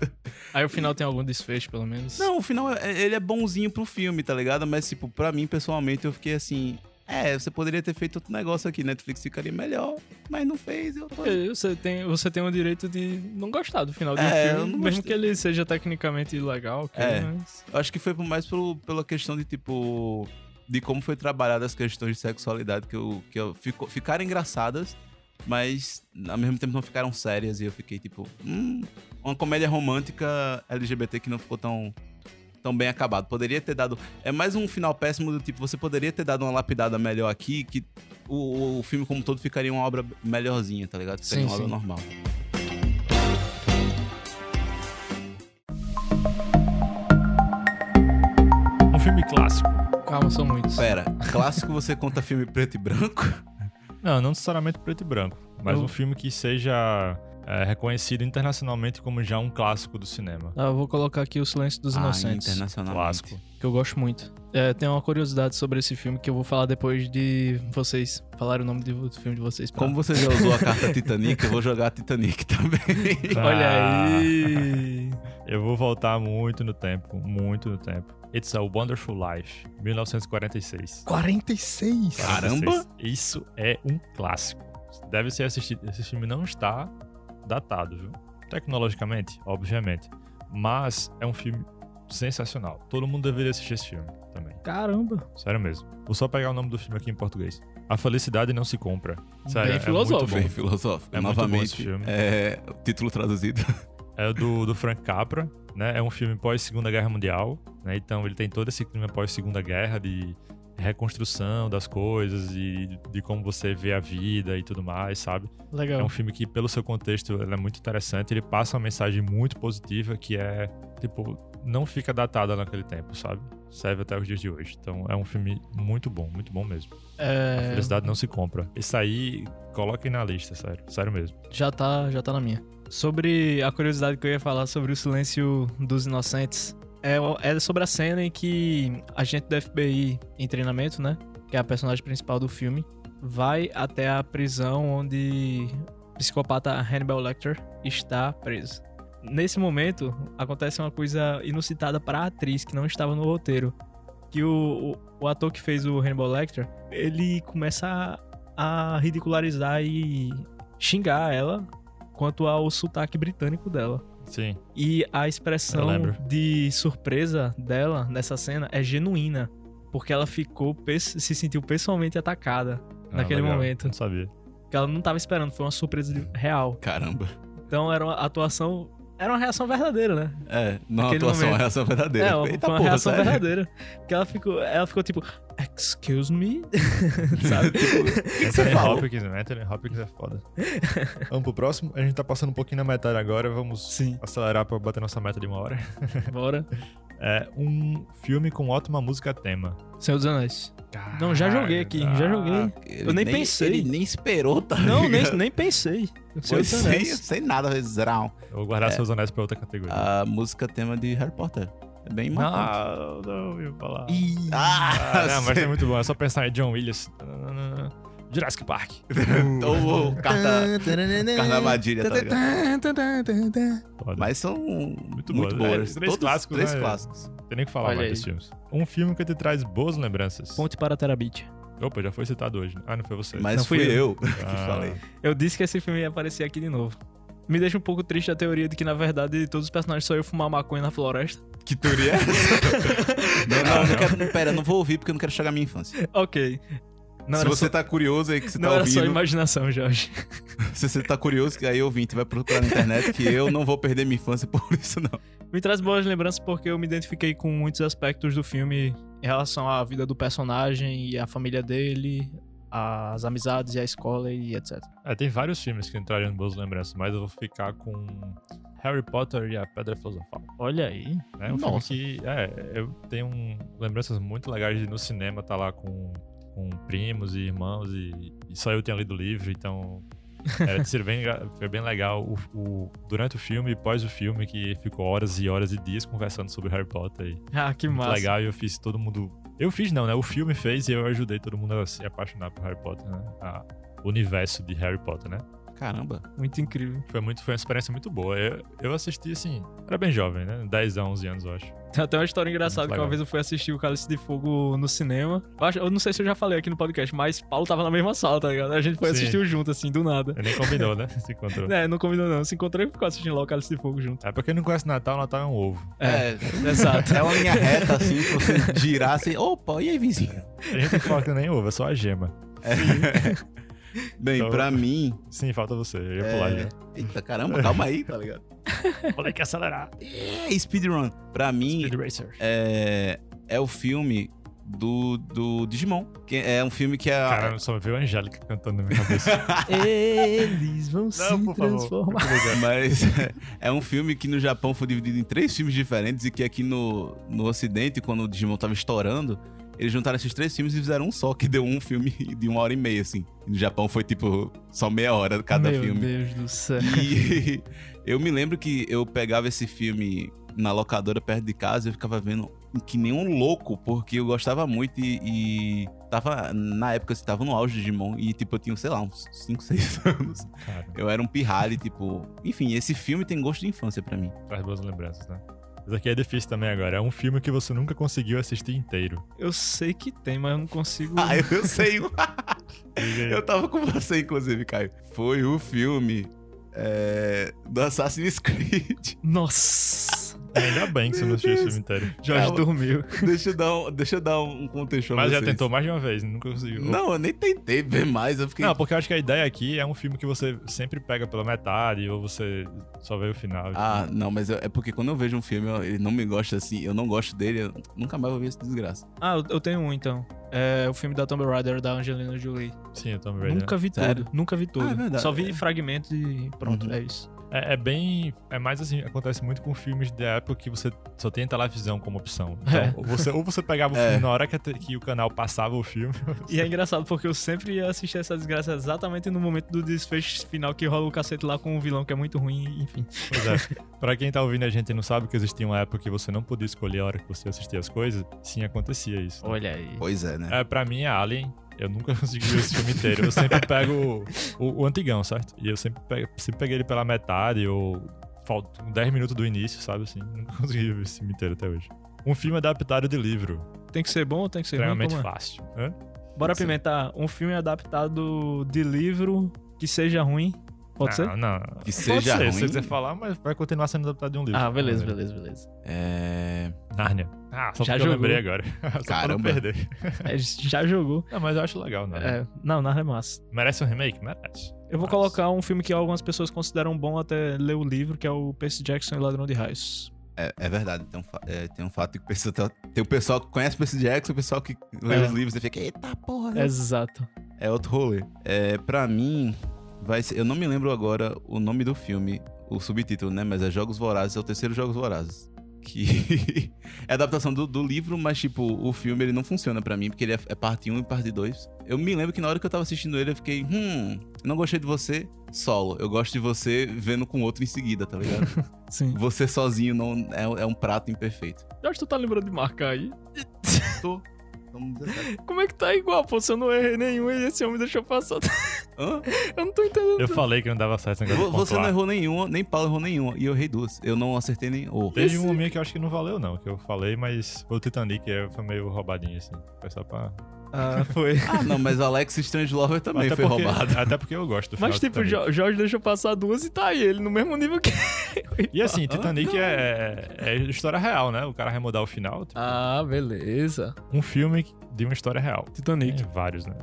S2: Aí o final tem algum desfecho, pelo menos.
S3: Não, o final, é- ele é bonzinho pro filme, tá ligado? Mas, tipo, pra mim, pessoalmente, eu fiquei assim... É, você poderia ter feito outro negócio aqui, Netflix ficaria melhor, mas não fez, eu tô...
S2: É, Você tem, você tem o direito de não gostar do final do
S3: É, eu
S2: filme,
S3: não
S2: mesmo
S3: gostei.
S2: que ele seja tecnicamente legal, ok,
S3: É.
S2: mas...
S3: Eu acho que foi por- mais pelo, pela questão de, tipo... De como foi trabalhada as questões de sexualidade, que, eu, que eu, fico- ficaram engraçadas, mas ao mesmo tempo não ficaram sérias, e eu fiquei tipo... Hum, uma comédia romântica LGBT que não ficou tão... Tão bem acabado. Poderia ter dado. É mais um final péssimo do tipo, você poderia ter dado uma lapidada melhor aqui, que o, o filme como um todo ficaria uma obra melhorzinha, tá ligado? Ficaria
S2: Sim,
S3: uma obra
S2: sim.
S3: normal.
S1: Um filme clássico.
S2: Calma, são muitos.
S3: Pera, clássico você conta filme preto e branco?
S1: Não, não necessariamente preto e branco, mas
S2: Eu-
S1: um filme que seja é, reconhecido internacionalmente como já um clássico do cinema.
S2: Ah, eu vou colocar aqui o Silêncio
S3: Ah,
S2: dos Inocentes,
S3: internacional.
S1: Clássico.
S2: que eu gosto muito. É, tem uma curiosidade sobre esse filme que eu vou falar depois de vocês falarem o nome de- do filme de vocês. pra-
S1: Tá.
S3: Como você já usou a carta Titanic, eu vou jogar a Titanic também.
S1: Ah,
S2: Olha aí!
S1: Eu vou voltar muito no tempo, muito no tempo. It's a Wonderful Life, 1946.
S2: 46?
S3: Caramba!
S1: Isso é um clássico. Deve ser assistido. Esse filme não está datado, viu? Tecnologicamente, obviamente. Mas é um filme sensacional. Todo mundo deveria assistir esse filme também.
S2: Caramba!
S1: Sério mesmo. Vou só pegar o nome do filme aqui em português. A Felicidade Não Se Compra. Sério,
S2: Bem
S1: é
S2: filosófico.
S1: muito
S3: Bem
S1: bom.
S3: filosófico.
S1: É muito bom esse
S3: Novamente,
S1: filme.
S3: é, título traduzido.
S1: É do, do Frank Capra, né? É um filme pós-Segunda Guerra Mundial, né? Então ele tem todo esse clima pós-Segunda Guerra de reconstrução das coisas e de como você vê a vida e tudo mais, sabe? É
S2: Legal.
S1: um filme que, pelo seu contexto, ele é muito interessante. Ele passa uma mensagem muito positiva que é, tipo, não fica datada naquele tempo, sabe? Serve até os dias de hoje. Então é um filme muito bom, muito bom mesmo. A
S2: É,
S1: felicidade não se compra. Isso aí, coloquem na lista, sério. Sério mesmo.
S2: já, tá, já tá na minha. Sobre a curiosidade que eu ia falar sobre o Silêncio dos Inocentes, é, é sobre a cena em que a gente da FBI em treinamento, né? Que é a personagem principal do filme, vai até a prisão onde o psicopata Hannibal Lecter está preso. Nesse momento, acontece uma coisa inusitada para a atriz que não estava no roteiro. Que o, o, o ator que fez o Hannibal Lecter, ele começa a, a ridicularizar e xingar ela quanto ao sotaque britânico dela.
S1: Sim.
S2: E a
S1: Eu
S2: expressão
S1: lembro.
S2: de surpresa dela nessa cena é genuína. porque ela ficou, pe- se sentiu pessoalmente atacada naquele
S1: Ah, legal,
S2: momento.
S1: Não sabia.
S2: Que ela não tava esperando, foi uma surpresa de- real.
S3: Caramba.
S2: Então era uma atuação. Era uma reação verdadeira, né?
S3: É,
S2: Naquele
S3: não Aquele atuação,
S2: momento.
S3: é reação verdadeira.
S2: é,
S3: Eita
S2: foi uma
S3: porra,
S2: reação
S3: sério?
S2: verdadeira. Porque ela ficou, ela ficou tipo, excuse me?
S3: você
S1: Anthony
S3: falou?
S1: Hopkins, né? Anthony Hopkins é foda. Vamos pro próximo. A gente tá passando um pouquinho na metade agora. Vamos
S2: Sim.
S1: acelerar pra bater nossa meta de uma hora.
S2: Bora.
S1: É um filme com ótima música tema.
S2: Senhor dos Anéis. Não, já joguei aqui, já joguei.
S3: Ele
S2: Eu nem pensei.
S3: Ele nem esperou, tá
S2: Não, nem,
S3: ligado?
S2: nem pensei. Senhor
S3: Foi
S2: dos
S3: sem,
S2: Anéis.
S3: sem nada, foi zrau.
S1: Eu vou
S2: É.
S1: guardar seus anéis pra outra categoria.
S2: Ah,
S3: A música tema de Harry Potter. É bem marcante.
S1: não, Ah, não ouviu falar.
S3: Ih,
S1: Ah,
S3: ah,
S1: não, mas
S3: sei.
S1: é muito bom. É só pensar em John Williams. Jurassic Park.
S3: Ou ou carta, carta armadilha, tá ligado?
S1: Foda.
S3: Mas são muito,
S1: boas.
S3: boas.
S1: É, três
S3: Todos
S1: clássicos,
S3: Três
S1: né?
S3: clássicos.
S1: Não tem nem o que falar
S4: Olha
S1: mais
S4: aí.
S1: desses filmes. Um filme que te traz boas lembranças.
S2: Ponte para Terabit.
S1: Opa, já foi citado hoje. né? Ah, não foi você.
S3: Mas
S2: Não fui
S3: fui eu, que
S1: Ah.
S3: falei.
S2: Eu disse que esse filme ia aparecer aqui de novo. Me deixa um pouco triste a teoria de que, na verdade, todos os personagens só eu fumar maconha na floresta.
S3: Que teoria é essa? não, não, eu não quero. Pera, eu não vou ouvir porque eu não quero chegar à minha infância.
S2: Ok. Não
S3: se
S2: era,
S3: você
S2: só,
S3: tá curioso aí que você
S2: não
S3: tá
S2: era só
S3: ouvindo.
S2: imaginação, Jorge.
S3: Se você tá curioso, que aí ouvinte vai procurar na internet que eu não vou perder minha infância por isso, não.
S2: Me traz boas lembranças porque eu me identifiquei com muitos aspectos do filme em relação à vida do personagem e à família dele, as amizades e a escola e etc.
S1: É, tem vários filmes que entraram em boas lembranças, mas eu vou ficar com Harry Potter e a Pedra Filosofal.
S2: Olha aí.
S1: né? É um
S2: Nossa.
S1: filme que é, eu tenho um- lembranças muito legais de ir no cinema estar lá com, com primos e irmãos e, e só eu tinha lido o livro, então era de ser bem, engra- foi bem legal o, o- durante o filme e pós o filme que ficou horas e horas e dias conversando sobre Harry Potter e
S2: Ah, que
S1: muito
S2: massa.
S1: legal e eu fiz todo mundo eu fiz não, né? O filme fez e eu ajudei todo mundo a se apaixonar por Harry Potter, né? A- o universo de Harry Potter, né?
S3: Caramba.
S2: Muito incrível.
S1: Foi, muito, foi uma experiência muito boa. Eu, eu assisti, assim, era bem jovem, né? 10 a 11 anos, eu acho.
S2: Tem até uma história engraçada que
S1: Muito
S2: uma
S1: legal.
S2: vez eu fui assistir o Cálice de Fogo no cinema. Eu, acho- eu não sei se eu já falei aqui no podcast, mas Paulo tava na mesma sala, tá ligado? A gente foi
S1: Sim.
S2: assistir junto, assim, do nada.
S1: Nem combinou, né? Se encontrou.
S2: É, não combinou não. Se encontrou e ficou assistindo lá o Cálice de Fogo junto.
S1: É, pra quem não conhece Natal, Natal é um ovo.
S2: É.
S3: É,
S2: Exato.
S3: é uma linha reta assim, que você girar assim. Opa, e aí, vizinho?
S1: Tem gente que fala que nem ovo, é só a gema.
S3: Bem,
S1: Então-
S3: pra mim.
S1: Sim, falta você. Eu ia
S3: é-
S1: pular já.
S3: Eita, caramba, calma aí, tá ligado?
S1: Falei que ia acelerar.
S3: É, speedrun. Pra mim,
S1: Speed Racer.
S3: é, é o filme do, do Digimon. Que é um filme que é.
S1: Ah. Cara, só veio a Angélica cantando na minha cabeça.
S2: Eles vão se transformar.
S3: Mas é um filme que no Japão foi dividido em três filmes diferentes e que aqui no, no Ocidente, quando o Digimon tava estourando, eles juntaram esses três filmes e fizeram um só, que deu um filme de uma hora e meia, assim. E no Japão foi tipo só meia hora cada
S2: Meu
S3: filme.
S2: Deus do céu.
S3: E eu me lembro que eu pegava esse filme na locadora perto de casa e eu ficava vendo que nem um louco, porque eu gostava muito e, e tava, na época, assim, tava no auge do Digimon e, tipo, eu tinha, sei lá, uns 5, 6 anos.
S1: Cara,
S3: Eu era um pirralho, tipo... Enfim, esse filme tem gosto de infância pra mim.
S1: traz boas lembranças, né? Mas aqui é difícil também agora. É um filme que você nunca conseguiu assistir inteiro.
S2: Eu sei que tem, mas eu não consigo.
S3: Ah, eu, eu sei,
S1: Diga aí.
S3: eu tava com você, inclusive, Caio. Foi o filme é, do Assassin's Creed.
S2: Nossa!
S1: Ainda bem que você não assistiu esse filme inteiro.
S2: Jorge
S3: Calma.
S2: dormiu.
S3: deixa, eu dar um, deixa eu dar um contexto pra
S1: Mas já
S3: vocês.
S1: tentou mais de uma vez, nunca conseguiu.
S3: Não, eu nem tentei ver mais, eu fiquei...
S1: Não, porque eu acho que a ideia aqui é um filme que você sempre pega pela metade ou você só vê o final.
S3: Ah, não, mas eu- é porque quando eu vejo um filme, eu- ele não me gosta assim, eu não gosto dele, eu nunca mais vou ver esse desgraça.
S2: Ah, eu- eu tenho um então. É o filme da Tomb Raider da Angelina Jolie.
S1: Sim, eu também. Raider.
S2: Nunca vi
S3: Sério?
S2: tudo. Nunca vi tudo.
S3: Ah, é verdade.
S2: Só vi fragmentos e pronto,
S3: Uhum.
S2: é isso.
S1: É, é bem. É mais assim, acontece muito com filmes da época que você só tem televisão como opção. Então,
S2: É.
S1: ou, você, ou você pegava o
S3: É.
S1: filme na hora que, a te- que o canal passava o filme.
S2: E é engraçado porque eu sempre ia assistir essa desgraça exatamente no momento do desfecho final que rola o cacete lá com o vilão que é muito ruim, enfim.
S1: Pois é. pra quem tá ouvindo a gente e não sabe que existia uma época que você não podia escolher a hora que você assistia as coisas, sim, acontecia isso.
S2: Olha aí.
S3: Pois é, né?
S1: É, pra mim é Alien. Eu nunca consegui ver esse filme inteiro. Eu sempre pego o, o- o antigão, certo? E eu sempre, pego, sempre peguei ele pela metade ou faltam 10 minutos do início, sabe assim? Nunca consegui ver esse filme inteiro até hoje. Um filme adaptado de livro.
S2: Tem que ser bom ou tem que ser ruim?
S1: extremamente
S2: Como é?
S1: fácil. Hã?
S2: Bora
S3: Sim.
S2: pimentar um filme adaptado de livro que seja ruim. Pode ser?
S1: Não, não.
S3: Que
S1: É, Pode
S3: seja
S1: ser, se
S3: ruim.
S1: você quiser falar, mas vai continuar sendo adaptado de um livro.
S2: Ah, beleza, beleza, beleza.
S3: É.
S1: Nárnia. Ah, só
S2: Já
S1: porque eu
S2: jogou.
S1: lembrei agora. Só pra não
S3: Caramba.
S1: perder.
S2: É, já jogou.
S1: Não, mas eu acho legal, né?
S2: É, não, Narnia é massa.
S1: Merece um remake? Merece.
S2: Eu vou
S1: Mas-
S2: colocar um filme que algumas pessoas consideram bom até ler o livro, que é o Percy Jackson e o Ladrão de Raios.
S3: É, é verdade, tem um, fa- é, tem um fato que o pessoal tá- tem o pessoal que conhece o Percy Jackson, o pessoal que lê
S2: É.
S3: os livros e fica, eita porra, né?
S2: Exato.
S3: É outro rolê. É, pra mim, vai ser, eu não me lembro agora o nome do filme, o subtítulo, né? Mas é Jogos Vorazes, é o terceiro Jogos Vorazes. Que é adaptação do, do livro, mas, tipo, o filme ele não funciona pra mim, porque ele é, é parte 1 e parte 2. Eu me lembro que na hora que eu tava assistindo ele, eu fiquei, hum, não gostei de você, solo. Eu gosto de você vendo com outro em seguida, tá ligado?
S2: Sim.
S3: você sozinho não é, é um prato imperfeito.
S2: Eu acho que tu tá lembrando de marcar aí.
S3: Tô. Vamos dizer certo.
S2: Como é que tá igual, pô? Se eu não errei nenhum e esse homem deixou passar.
S3: Hã?
S2: Eu não tô entendendo.
S1: Eu falei que não dava certo esse negócio
S3: Vo-
S1: de
S3: Você não
S1: pontuar.
S3: errou nenhuma, nem Paulo errou nenhuma. E eu errei duas. Eu não acertei nem. Oh.
S1: Teve uma minha que eu acho que não valeu, não, que eu falei, mas o Titanic é- foi meio roubadinho, assim. Foi só pra.
S2: Ah, foi.
S3: Ah, não, mas Alex Strange Lover também
S1: um até
S3: foi
S1: porque,
S3: roubado.
S1: Até porque eu gosto do
S2: Mas,
S1: final do
S2: tipo,
S1: Titanic.
S2: Jo- Jorge deixou passar duas e tá aí, ele no mesmo nível que.
S1: E assim,
S2: Ah,
S1: Titanic é, é história real, né? O cara remodar o final. tipo,
S2: Ah, beleza.
S1: Um filme de uma história real. Tem
S2: Titanic.
S1: vários, né?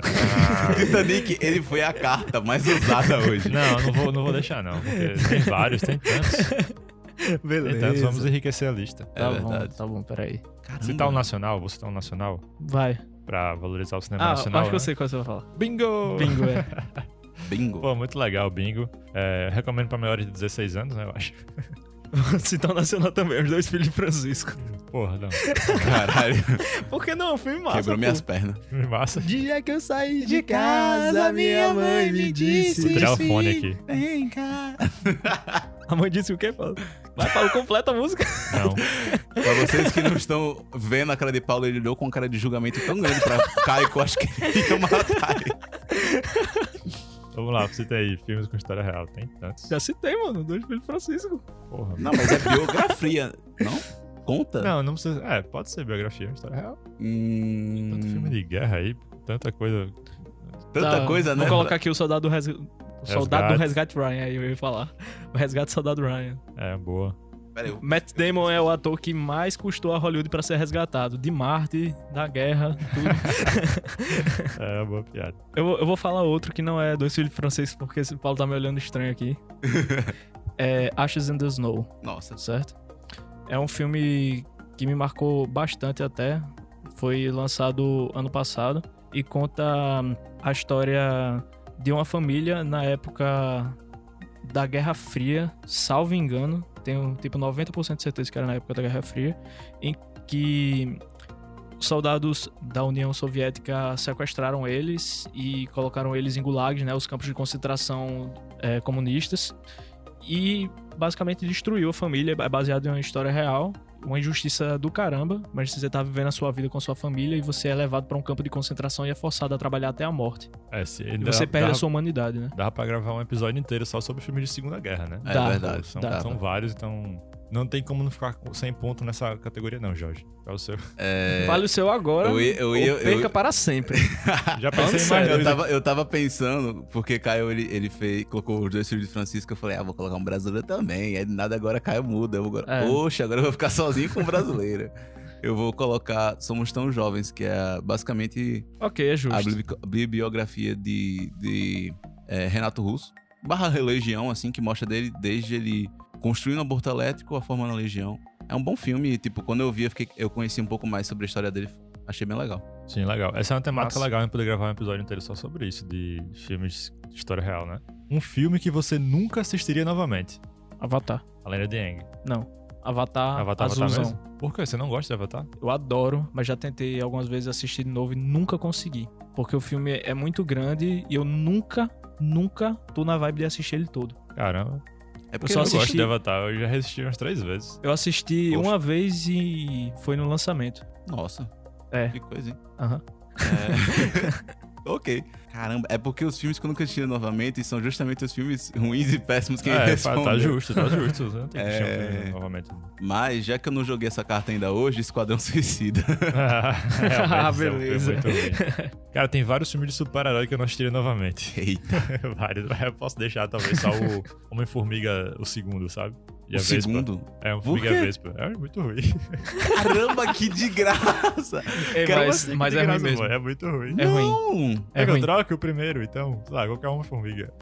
S3: Titanic, ele foi a carta mais
S1: Tá
S3: usada hoje.
S1: Não, não vou, não vou deixar, não. Porque tem vários, tem tantos. É, Tem
S2: Então,
S1: tantos. Vamos enriquecer a lista.
S3: É
S2: Tá bom,
S3: verdade.
S2: tá bom, peraí.
S3: Caramba.
S1: Citar um nacional, vou citar um nacional
S2: Vai.
S1: pra valorizar o cinema
S2: Ah, acho
S1: nacional.
S2: que eu
S1: né?
S2: sei qual você vai falar.
S1: Bingo!
S2: Bingo, é.
S3: Bingo.
S1: Pô, muito legal, bingo. É, recomendo pra maiores de 16 anos, né? Eu acho.
S2: Citar o Nacional também, os dois filhos de Francisco.
S1: Porra, não.
S3: Caralho.
S2: Por que não? Filme massa.
S3: Quebrou
S2: pô.
S3: minhas pernas.
S1: Filme Massa.
S2: Dia que eu saí
S3: de casa, minha mãe me disse-
S1: Vou tirar o fone aqui.
S3: Vem cá.
S2: A mãe disse o quê, Paulo? Vai, Paulo, completa a música.
S1: Não.
S3: Pra vocês que não estão vendo a cara de Paulo, ele olhou com uma cara de julgamento tão grande pra Caio que eu acho que ele ia matar ele.
S1: Vamos lá, cita aí. Filmes com história real. Tem tantos.
S2: Já citei, mano, dois filhos de Francisco.
S1: Porra.
S3: Não, mas é biografia, não? Conta?
S1: Não, não precisa. É, pode ser biografia, história real.
S3: Hum,
S1: Tanto filme de guerra aí, tanta coisa.
S3: Tanta
S2: Tá,
S3: coisa, né?
S2: Vou colocar aqui o soldado do resgate. O soldado do
S1: Resgate.
S2: resgate Ryan, aí eu ia falar. O resgate do soldado Ryan.
S1: É, boa.
S3: Pera aí,
S2: Matt Damon é o ator que mais custou a Hollywood pra ser resgatado. De Marte, da guerra, tudo.
S1: É, boa piada.
S2: eu, vou- eu vou falar outro que não é dois filhos franceses, porque esse Paulo tá me olhando estranho aqui. É Ashes in the Snow,
S3: Nossa.
S2: certo? É um filme que me marcou bastante até. Foi lançado ano passado e conta a história de uma família na época da Guerra Fria, salvo engano, tenho tipo 90% de certeza que era na época da Guerra Fria, em que soldados da União Soviética sequestraram eles e colocaram eles em gulags, né, os campos de concentração eh, comunistas, e basicamente destruiu a família, é baseado em uma história real, uma injustiça do caramba, mas você tá vivendo a sua vida com a sua família e você é levado para um campo de concentração e é forçado a trabalhar até a morte.
S1: É, se,
S2: E
S1: dá-
S2: você perde
S1: dá-
S2: a sua humanidade, né?
S1: Dá pra gravar um episódio inteiro só sobre filmes de Segunda Guerra, né?
S3: É
S2: Dá.
S3: verdade.
S1: são,
S3: dá.
S1: são vários, então. Não tem como não ficar com- sem ponto nessa categoria, não, Jorge. É o seu.
S3: É,
S2: Fale o seu agora.
S3: Eu ia- eu ia-
S2: ou perca
S3: eu-
S2: para sempre.
S1: Já pensei em mais
S2: sério,
S1: dois.
S3: eu, tava, eu tava pensando, porque Caio ele, ele fez, colocou os dois filhos de Francisco, eu falei, ah, vou colocar um brasileiro também. Aí de nada agora Caio muda. Eu vou, agora-
S2: É.
S3: Poxa, agora eu vou ficar sozinho com um brasileiro. Eu vou colocar Somos Tão Jovens, que é basicamente
S2: ok, é
S3: a
S2: justo.
S3: bibli- bibliografia de, de, é, Renato Russo, barra religião, assim, que mostra dele desde ele construindo o aborto elétrico a formando a legião. É um bom filme, e, tipo, quando eu vi, eu, fiquei- eu conheci um pouco mais sobre a história dele, achei bem legal.
S1: Sim, legal. Essa é uma temática
S2: Massa.
S1: legal, a gente poder gravar um episódio inteiro só sobre isso, de filmes de história real, né? Um filme que você nunca assistiria novamente.
S2: Avatar.
S1: A Lenda de Aang.
S2: Não. Avatar,
S3: Ah,
S1: Avatar, Avatar
S2: azulzão.
S1: mesmo? Por quê? Você não gosta de Avatar?
S2: Eu adoro, mas já tentei algumas vezes assistir de novo e nunca consegui. Porque o filme é muito grande e eu nunca, nunca tô na vibe de assistir ele todo.
S1: Caramba.
S3: É
S1: Eu
S3: porque
S2: só
S1: só
S2: assisti-
S1: gosto de Avatar, eu já assisti umas três vezes.
S2: Eu assisti
S3: Poxa.
S2: uma vez e foi no lançamento.
S3: Nossa,
S2: É.
S3: que coisa, hein?
S2: Aham.
S3: É... ok. Caramba, é porque os filmes que eu nunca assisti novamente são justamente os filmes ruins e péssimos que
S1: é,
S3: respondem.
S1: tá justo, tá justo. Não tem que chamar
S3: É.
S1: ele novamente.
S3: Mas já que eu não joguei essa carta ainda hoje, Esquadrão Suicida.
S1: É, ah,
S2: beleza.
S1: Cara, tem vários filmes de super-herói que eu não assistiria novamente.
S3: Eita.
S1: vários. Mas Eu posso deixar talvez só o Homem-Formiga, o segundo, sabe? E
S3: o
S1: a Vespa.
S3: segundo.
S1: É, um
S3: Por
S1: Formiga
S3: quê?
S1: Vespa. É muito ruim.
S3: Caramba, que de graça!
S4: Ei,
S3: Cara,
S4: mas
S1: Tem que
S4: mas
S1: ter
S4: é ruim
S1: graça,
S4: mesmo.
S1: pô, É muito ruim.
S4: É ruim.
S3: Não!
S1: É,
S4: É
S1: que eu
S4: ruim.
S1: troco o primeiro, então, sei lá, qualquer uma formiga.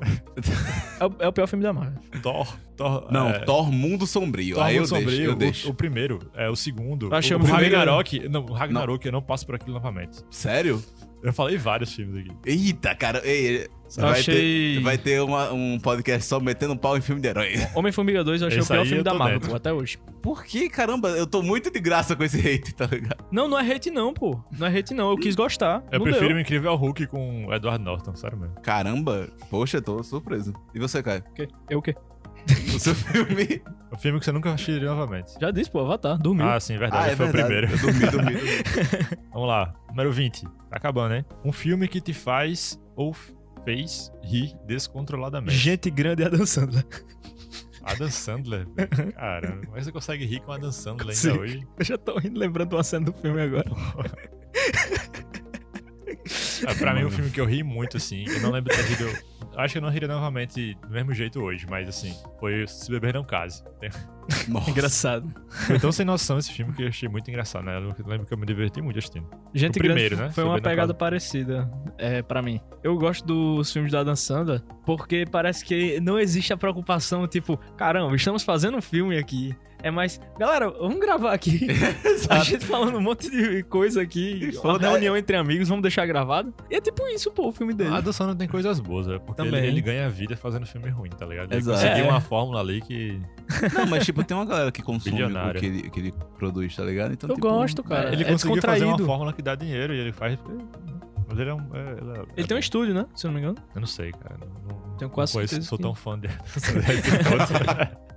S2: É o, é o pior filme da Marvel.
S1: Thor, Thor.
S3: Não,
S1: é,
S3: Thor Mundo Sombrio.
S1: Thor
S3: Aí
S1: Mundo
S3: eu deixo,
S1: Sombrio,
S3: eu
S1: o-
S3: deixo.
S1: O, primeiro, é o segundo.
S2: Eu achei
S4: um
S1: o,
S2: o primeiro-
S1: Ragnarok, não, o Ragnarok, eu não passo por aquilo novamente.
S3: Sério?
S1: Eu falei vários filmes aqui.
S3: Eita, cara. Ei,
S2: Eu
S3: vai,
S2: achei-
S3: ter, vai ter uma- um podcast só metendo pau em filme de herói.
S2: Homem-Formiga 2 eu achei
S1: Esse
S2: o
S1: aí
S2: pior
S1: eu
S2: filme da
S1: tô
S2: Marvel,
S1: dentro.
S2: pô, até hoje.
S3: Por que, caramba? Eu tô muito de graça com esse hate, tá ligado?
S2: Não, não é hate não, pô. Não é hate não, eu quis gostar.
S1: Eu
S2: não
S1: prefiro
S2: deu.
S1: É o Incrível Hulk com o Edward Norton, sério mesmo.
S3: Caramba, poxa, tô surpreso. E você, Caio?
S2: O quê? Eu o quê?
S3: O seu filme.
S1: É um filme que você nunca assistiria novamente.
S2: Já disse, pô, Avatar, dormiu.
S1: Ah, sim, verdade.
S3: ah, é
S1: foi
S3: verdade.
S1: o primeiro.
S3: Eu dormi, dormi, dormi.
S1: Vamos lá. Número 20. Tá acabando, hein? Um filme que te faz ou f- fez rir descontroladamente.
S2: Gente grande é dançando.
S1: Adam Sandler, velho. Cara, mas você consegue rir com Adam Sandler ainda
S2: Consigo.
S1: hoje?
S2: Eu já tô rindo lembrando uma cena do filme agora.
S1: Ah, pra mim, é um
S3: Mano.
S1: filme que eu ri muito, assim. Eu não lembro de ter rido. Acho que eu não riria novamente do mesmo jeito hoje, mas assim, foi o Se Beber Não Case.
S3: Nossa.
S2: Engraçado.
S1: Foi tão sem noção esse filme que eu achei muito engraçado, né? Eu lembro que eu me diverti muito assistindo.
S2: Gente
S1: O primeiro,
S2: grande
S1: né? Foi
S2: foi uma
S1: bem na
S2: pegada
S1: casa.
S2: parecida é, para mim. Eu gosto dos filmes da Adam Sandler porque parece que não existe a preocupação, tipo, caramba, estamos fazendo um filme aqui. É mais, galera, vamos gravar aqui.
S1: Tá.
S2: a gente falando um monte de coisa aqui. Uma
S3: Foda-
S2: reunião entre amigos, vamos deixar gravado. E é tipo isso, pô, o filme dele.
S1: A Adam Sandler tem coisas boas, é porque ele,
S2: Também.
S1: ele ganha vida fazendo filme ruim, tá ligado? Ele
S3: Exato.
S1: conseguiu
S2: É.
S1: uma fórmula ali que.
S3: Não, mas tipo, tem uma galera que consome o
S1: Bilionária.
S3: que ele, que ele produz, tá ligado? Então,
S2: eu
S3: tipo,
S2: gosto, cara.
S1: ele
S2: é
S1: conseguiu fazer uma
S2: descontraído.
S1: fórmula que dá dinheiro e ele faz. porque- Mas ele é um. é- ele é- é
S2: Ele tem
S1: bom.
S2: um estúdio, né? Se eu não me engano.
S1: Eu não sei, cara. Não, não-
S2: Tenho quase
S1: não conheço,
S2: certeza
S1: sou
S2: que-
S1: tão fã de Adam Sandler assim, todo.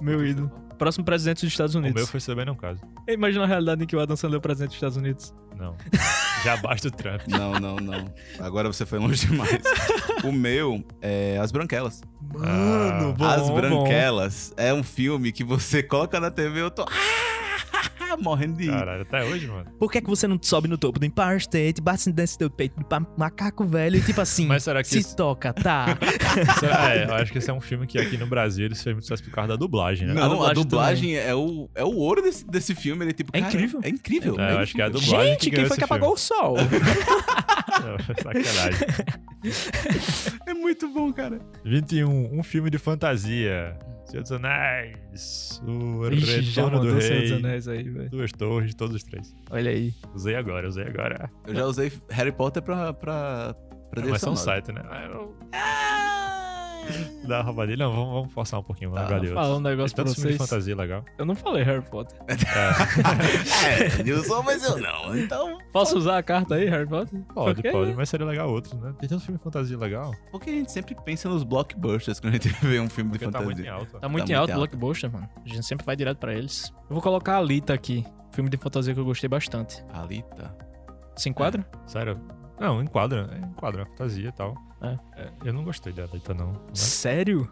S2: Meu ídolo. Próximo presidente dos Estados
S1: O meu
S2: Unidos.
S1: foi também não caso.
S2: Imagina a realidade em que o Adam Sandler é o presidente dos Estados Unidos.
S1: Não. Já basta o Trump.
S3: Não, não, não. Agora você foi longe demais. O meu é As Branquelas.
S1: Mano,
S2: bom,
S3: As Branquelas é um filme que você coloca na TV e eu tô. ah, Morrendo de. rir.
S1: Caralho, até hoje, mano.
S2: Por que, é que você não sobe no topo do Empire State, bate desse teu peito do pa- macaco velho e tipo assim,
S1: Mas será que.
S2: se
S1: Isso,
S2: toca, tá?
S1: será- é, eu acho que esse é um filme que aqui no Brasil ele fez muito sucesso por causa da dublagem, né?
S3: Não, a dublagem,
S2: dublagem
S3: é o, é o ouro desse, desse filme. Ele é tipo.
S2: É
S3: cara,
S2: incrível.
S3: É incrível.
S1: É, eu acho que é a dublagem.
S2: Gente,
S1: que
S2: quem
S1: ganhou
S2: foi que
S1: esse
S2: apagou o sol?
S1: filme. Sacanagem.
S3: É muito bom, cara.
S1: 21. Um filme de fantasia. Senhor dos Anéis. O Retorno do Rei.
S2: Anéis aí, velho.
S1: Duas torres, todos os três.
S2: Olha aí.
S1: Usei agora, usei agora.
S3: Eu já usei Harry Potter pra. pra, pra
S1: É. Mas são um
S3: direcionar. Ah!
S1: site, né? Ah, eu- Dá roubadinha. Não, vamos, vamos forçar um pouquinho. Vamos
S3: Tá,
S1: agradar.
S2: Falar um negócio pra
S1: Tanto filme de
S2: vocês.
S1: fantasia legal.
S2: Eu não falei Harry Potter.
S3: É, Nilson, mas eu não. Então,
S2: Posso usar a carta aí, Harry Potter?
S1: Pode,
S2: Ok.
S1: pode, mas seria legal outro, né? Tem tanto filme de fantasia legal.
S3: porque a gente sempre pensa nos blockbusters quando a gente vê um filme de
S1: Porque tá muito
S3: fantasia.
S1: em alta.
S2: Tá muito
S3: Tá
S2: em
S3: muito
S2: alto o
S3: alto.
S2: Blockbuster, mano. A gente sempre vai direto pra eles. Eu vou colocar a Alita aqui. Filme de fantasia que eu gostei bastante.
S3: Alita.
S2: Se enquadra?
S1: Sério? Não, enquadra. É, enquadra, é fantasia e tal.
S2: É.
S1: É, eu não gostei da Alita, não. né?
S2: Sério?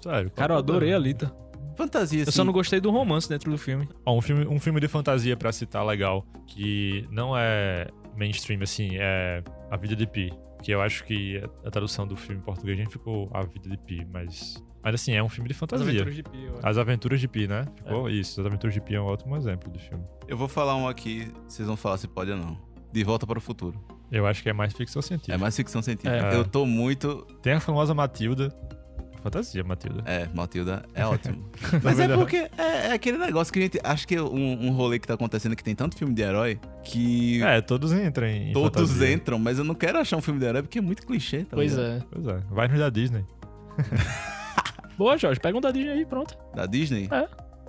S1: Sério.
S2: Cara, eu adorei a
S1: ali.
S2: Alita.
S3: Fantasia,
S2: Eu só não gostei do romance dentro do filme.
S1: Ó, um, filme, um filme de fantasia pra citar legal, que não é mainstream, assim, é A Vida de Pi. Que eu acho que a tradução do filme em português nem ficou A Vida de Pi, mas. Mas assim, é um filme de fantasia.
S2: de Pio.
S1: As Aventuras de Pi, né? Ficou isso. As Aventuras de Pi é um ótimo exemplo de filme.
S3: Eu vou falar um aqui, vocês vão falar se pode ou não. De Volta para o Futuro.
S1: Eu acho que é mais ficção científica.
S3: É mais ficção científica.
S1: É.
S3: Eu tô muito...
S1: Tem a famosa Matilda. Fantasia, Matilda.
S3: É, Matilda é ótimo. Mas é
S1: Melhor.
S3: porque é, é aquele negócio que a gente... Acho que é um, um rolê que tá acontecendo que tem tanto filme de herói que
S1: É, todos entram em. em
S3: todos
S1: fantasia.
S3: entram, mas eu não quero achar um filme de herói porque é muito clichê, tá
S2: Pois
S3: ligado?
S2: é.
S1: Pois é. Vai no da Disney.
S2: Boa, Jorge. Pega um da Disney aí, pronto.
S3: Da Disney?
S2: É.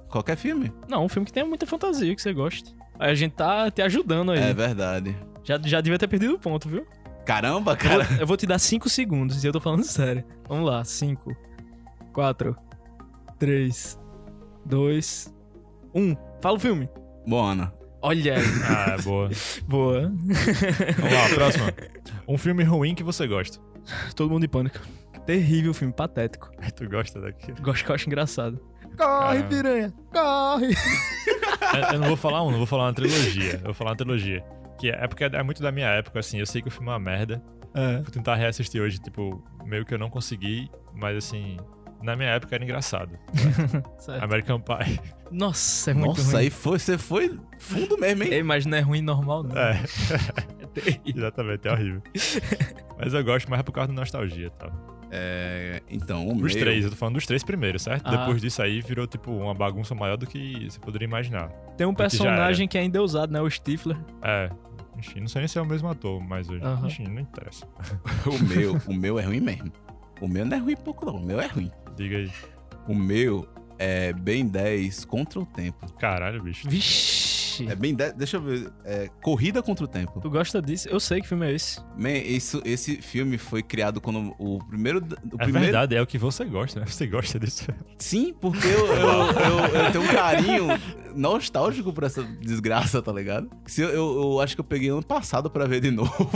S3: Qualquer filme.
S2: Não, um filme que tenha muita fantasia, que você goste. Aí a gente tá te ajudando aí.
S3: É verdade.
S2: já, já devia ter perdido o ponto, viu?
S3: Caramba,
S2: Eu vou-
S3: cara.
S2: Eu vou te dar 5 segundos e eu tô falando sério. Vamos lá. 5, 4, 3, 2, 1. Fala o filme.
S3: Moana.
S2: Olha aí.
S1: Ah, boa.
S2: Boa.
S1: Vamos lá, próxima. Um filme ruim que você gosta.
S2: Todo mundo em pânico. Terrível filme, patético.
S1: Ai, tu gosta daquilo?
S2: Gosto que eu acho engraçado. Corre,
S1: Caramba.
S2: piranha! Corre!
S1: Eu, eu não vou falar um, não vou falar uma trilogia. Eu vou falar uma trilogia. Que é é porque é muito da minha época, assim. Eu sei que o filme é uma merda.
S2: É.
S1: Vou tentar reassistir hoje, tipo, meio que eu não consegui, mas assim, na minha época era engraçado.
S2: Certo.
S1: American Pie.
S2: Nossa, é muito
S3: Nossa,
S2: ruim.
S3: aí foi, você foi fundo mesmo, hein?
S2: Ei, mas não é ruim normal, não.
S1: É. Exatamente, é horrível. Mas eu gosto mais por causa da nostalgia e tal.
S3: É, então, o
S1: Os
S3: meu-
S1: três, eu tô falando dos três primeiros, certo?
S2: Ah.
S1: Depois disso aí virou, tipo, uma bagunça maior do que você poderia imaginar.
S2: Tem um
S1: Porque já era.
S2: personagem que ainda é usado, né? O Stifler.
S1: É. Enfim, não sei nem se é o mesmo ator, mas hoje.
S2: Aham.
S1: Enfim, não interessa.
S3: O meu, o meu é ruim mesmo. O meu não é ruim pouco, não. O meu é ruim.
S1: Diga aí.
S3: O meu é Ben 10 contra o tempo.
S1: Caralho, bicho.
S2: Vixe!
S3: É Ben 10, deixa eu ver. É, Corrida contra o tempo.
S2: Tu gosta disso? Eu sei que filme é esse.
S3: Man, isso, esse filme foi criado quando o primeiro. O
S1: É
S3: primeiro
S1: verdade, é o que você gosta, né? Você gosta disso.
S3: Sim, porque eu, eu, eu- eu tenho um carinho nostálgico por essa desgraça, tá ligado? Se eu, eu, eu acho que eu peguei ano passado pra ver de novo.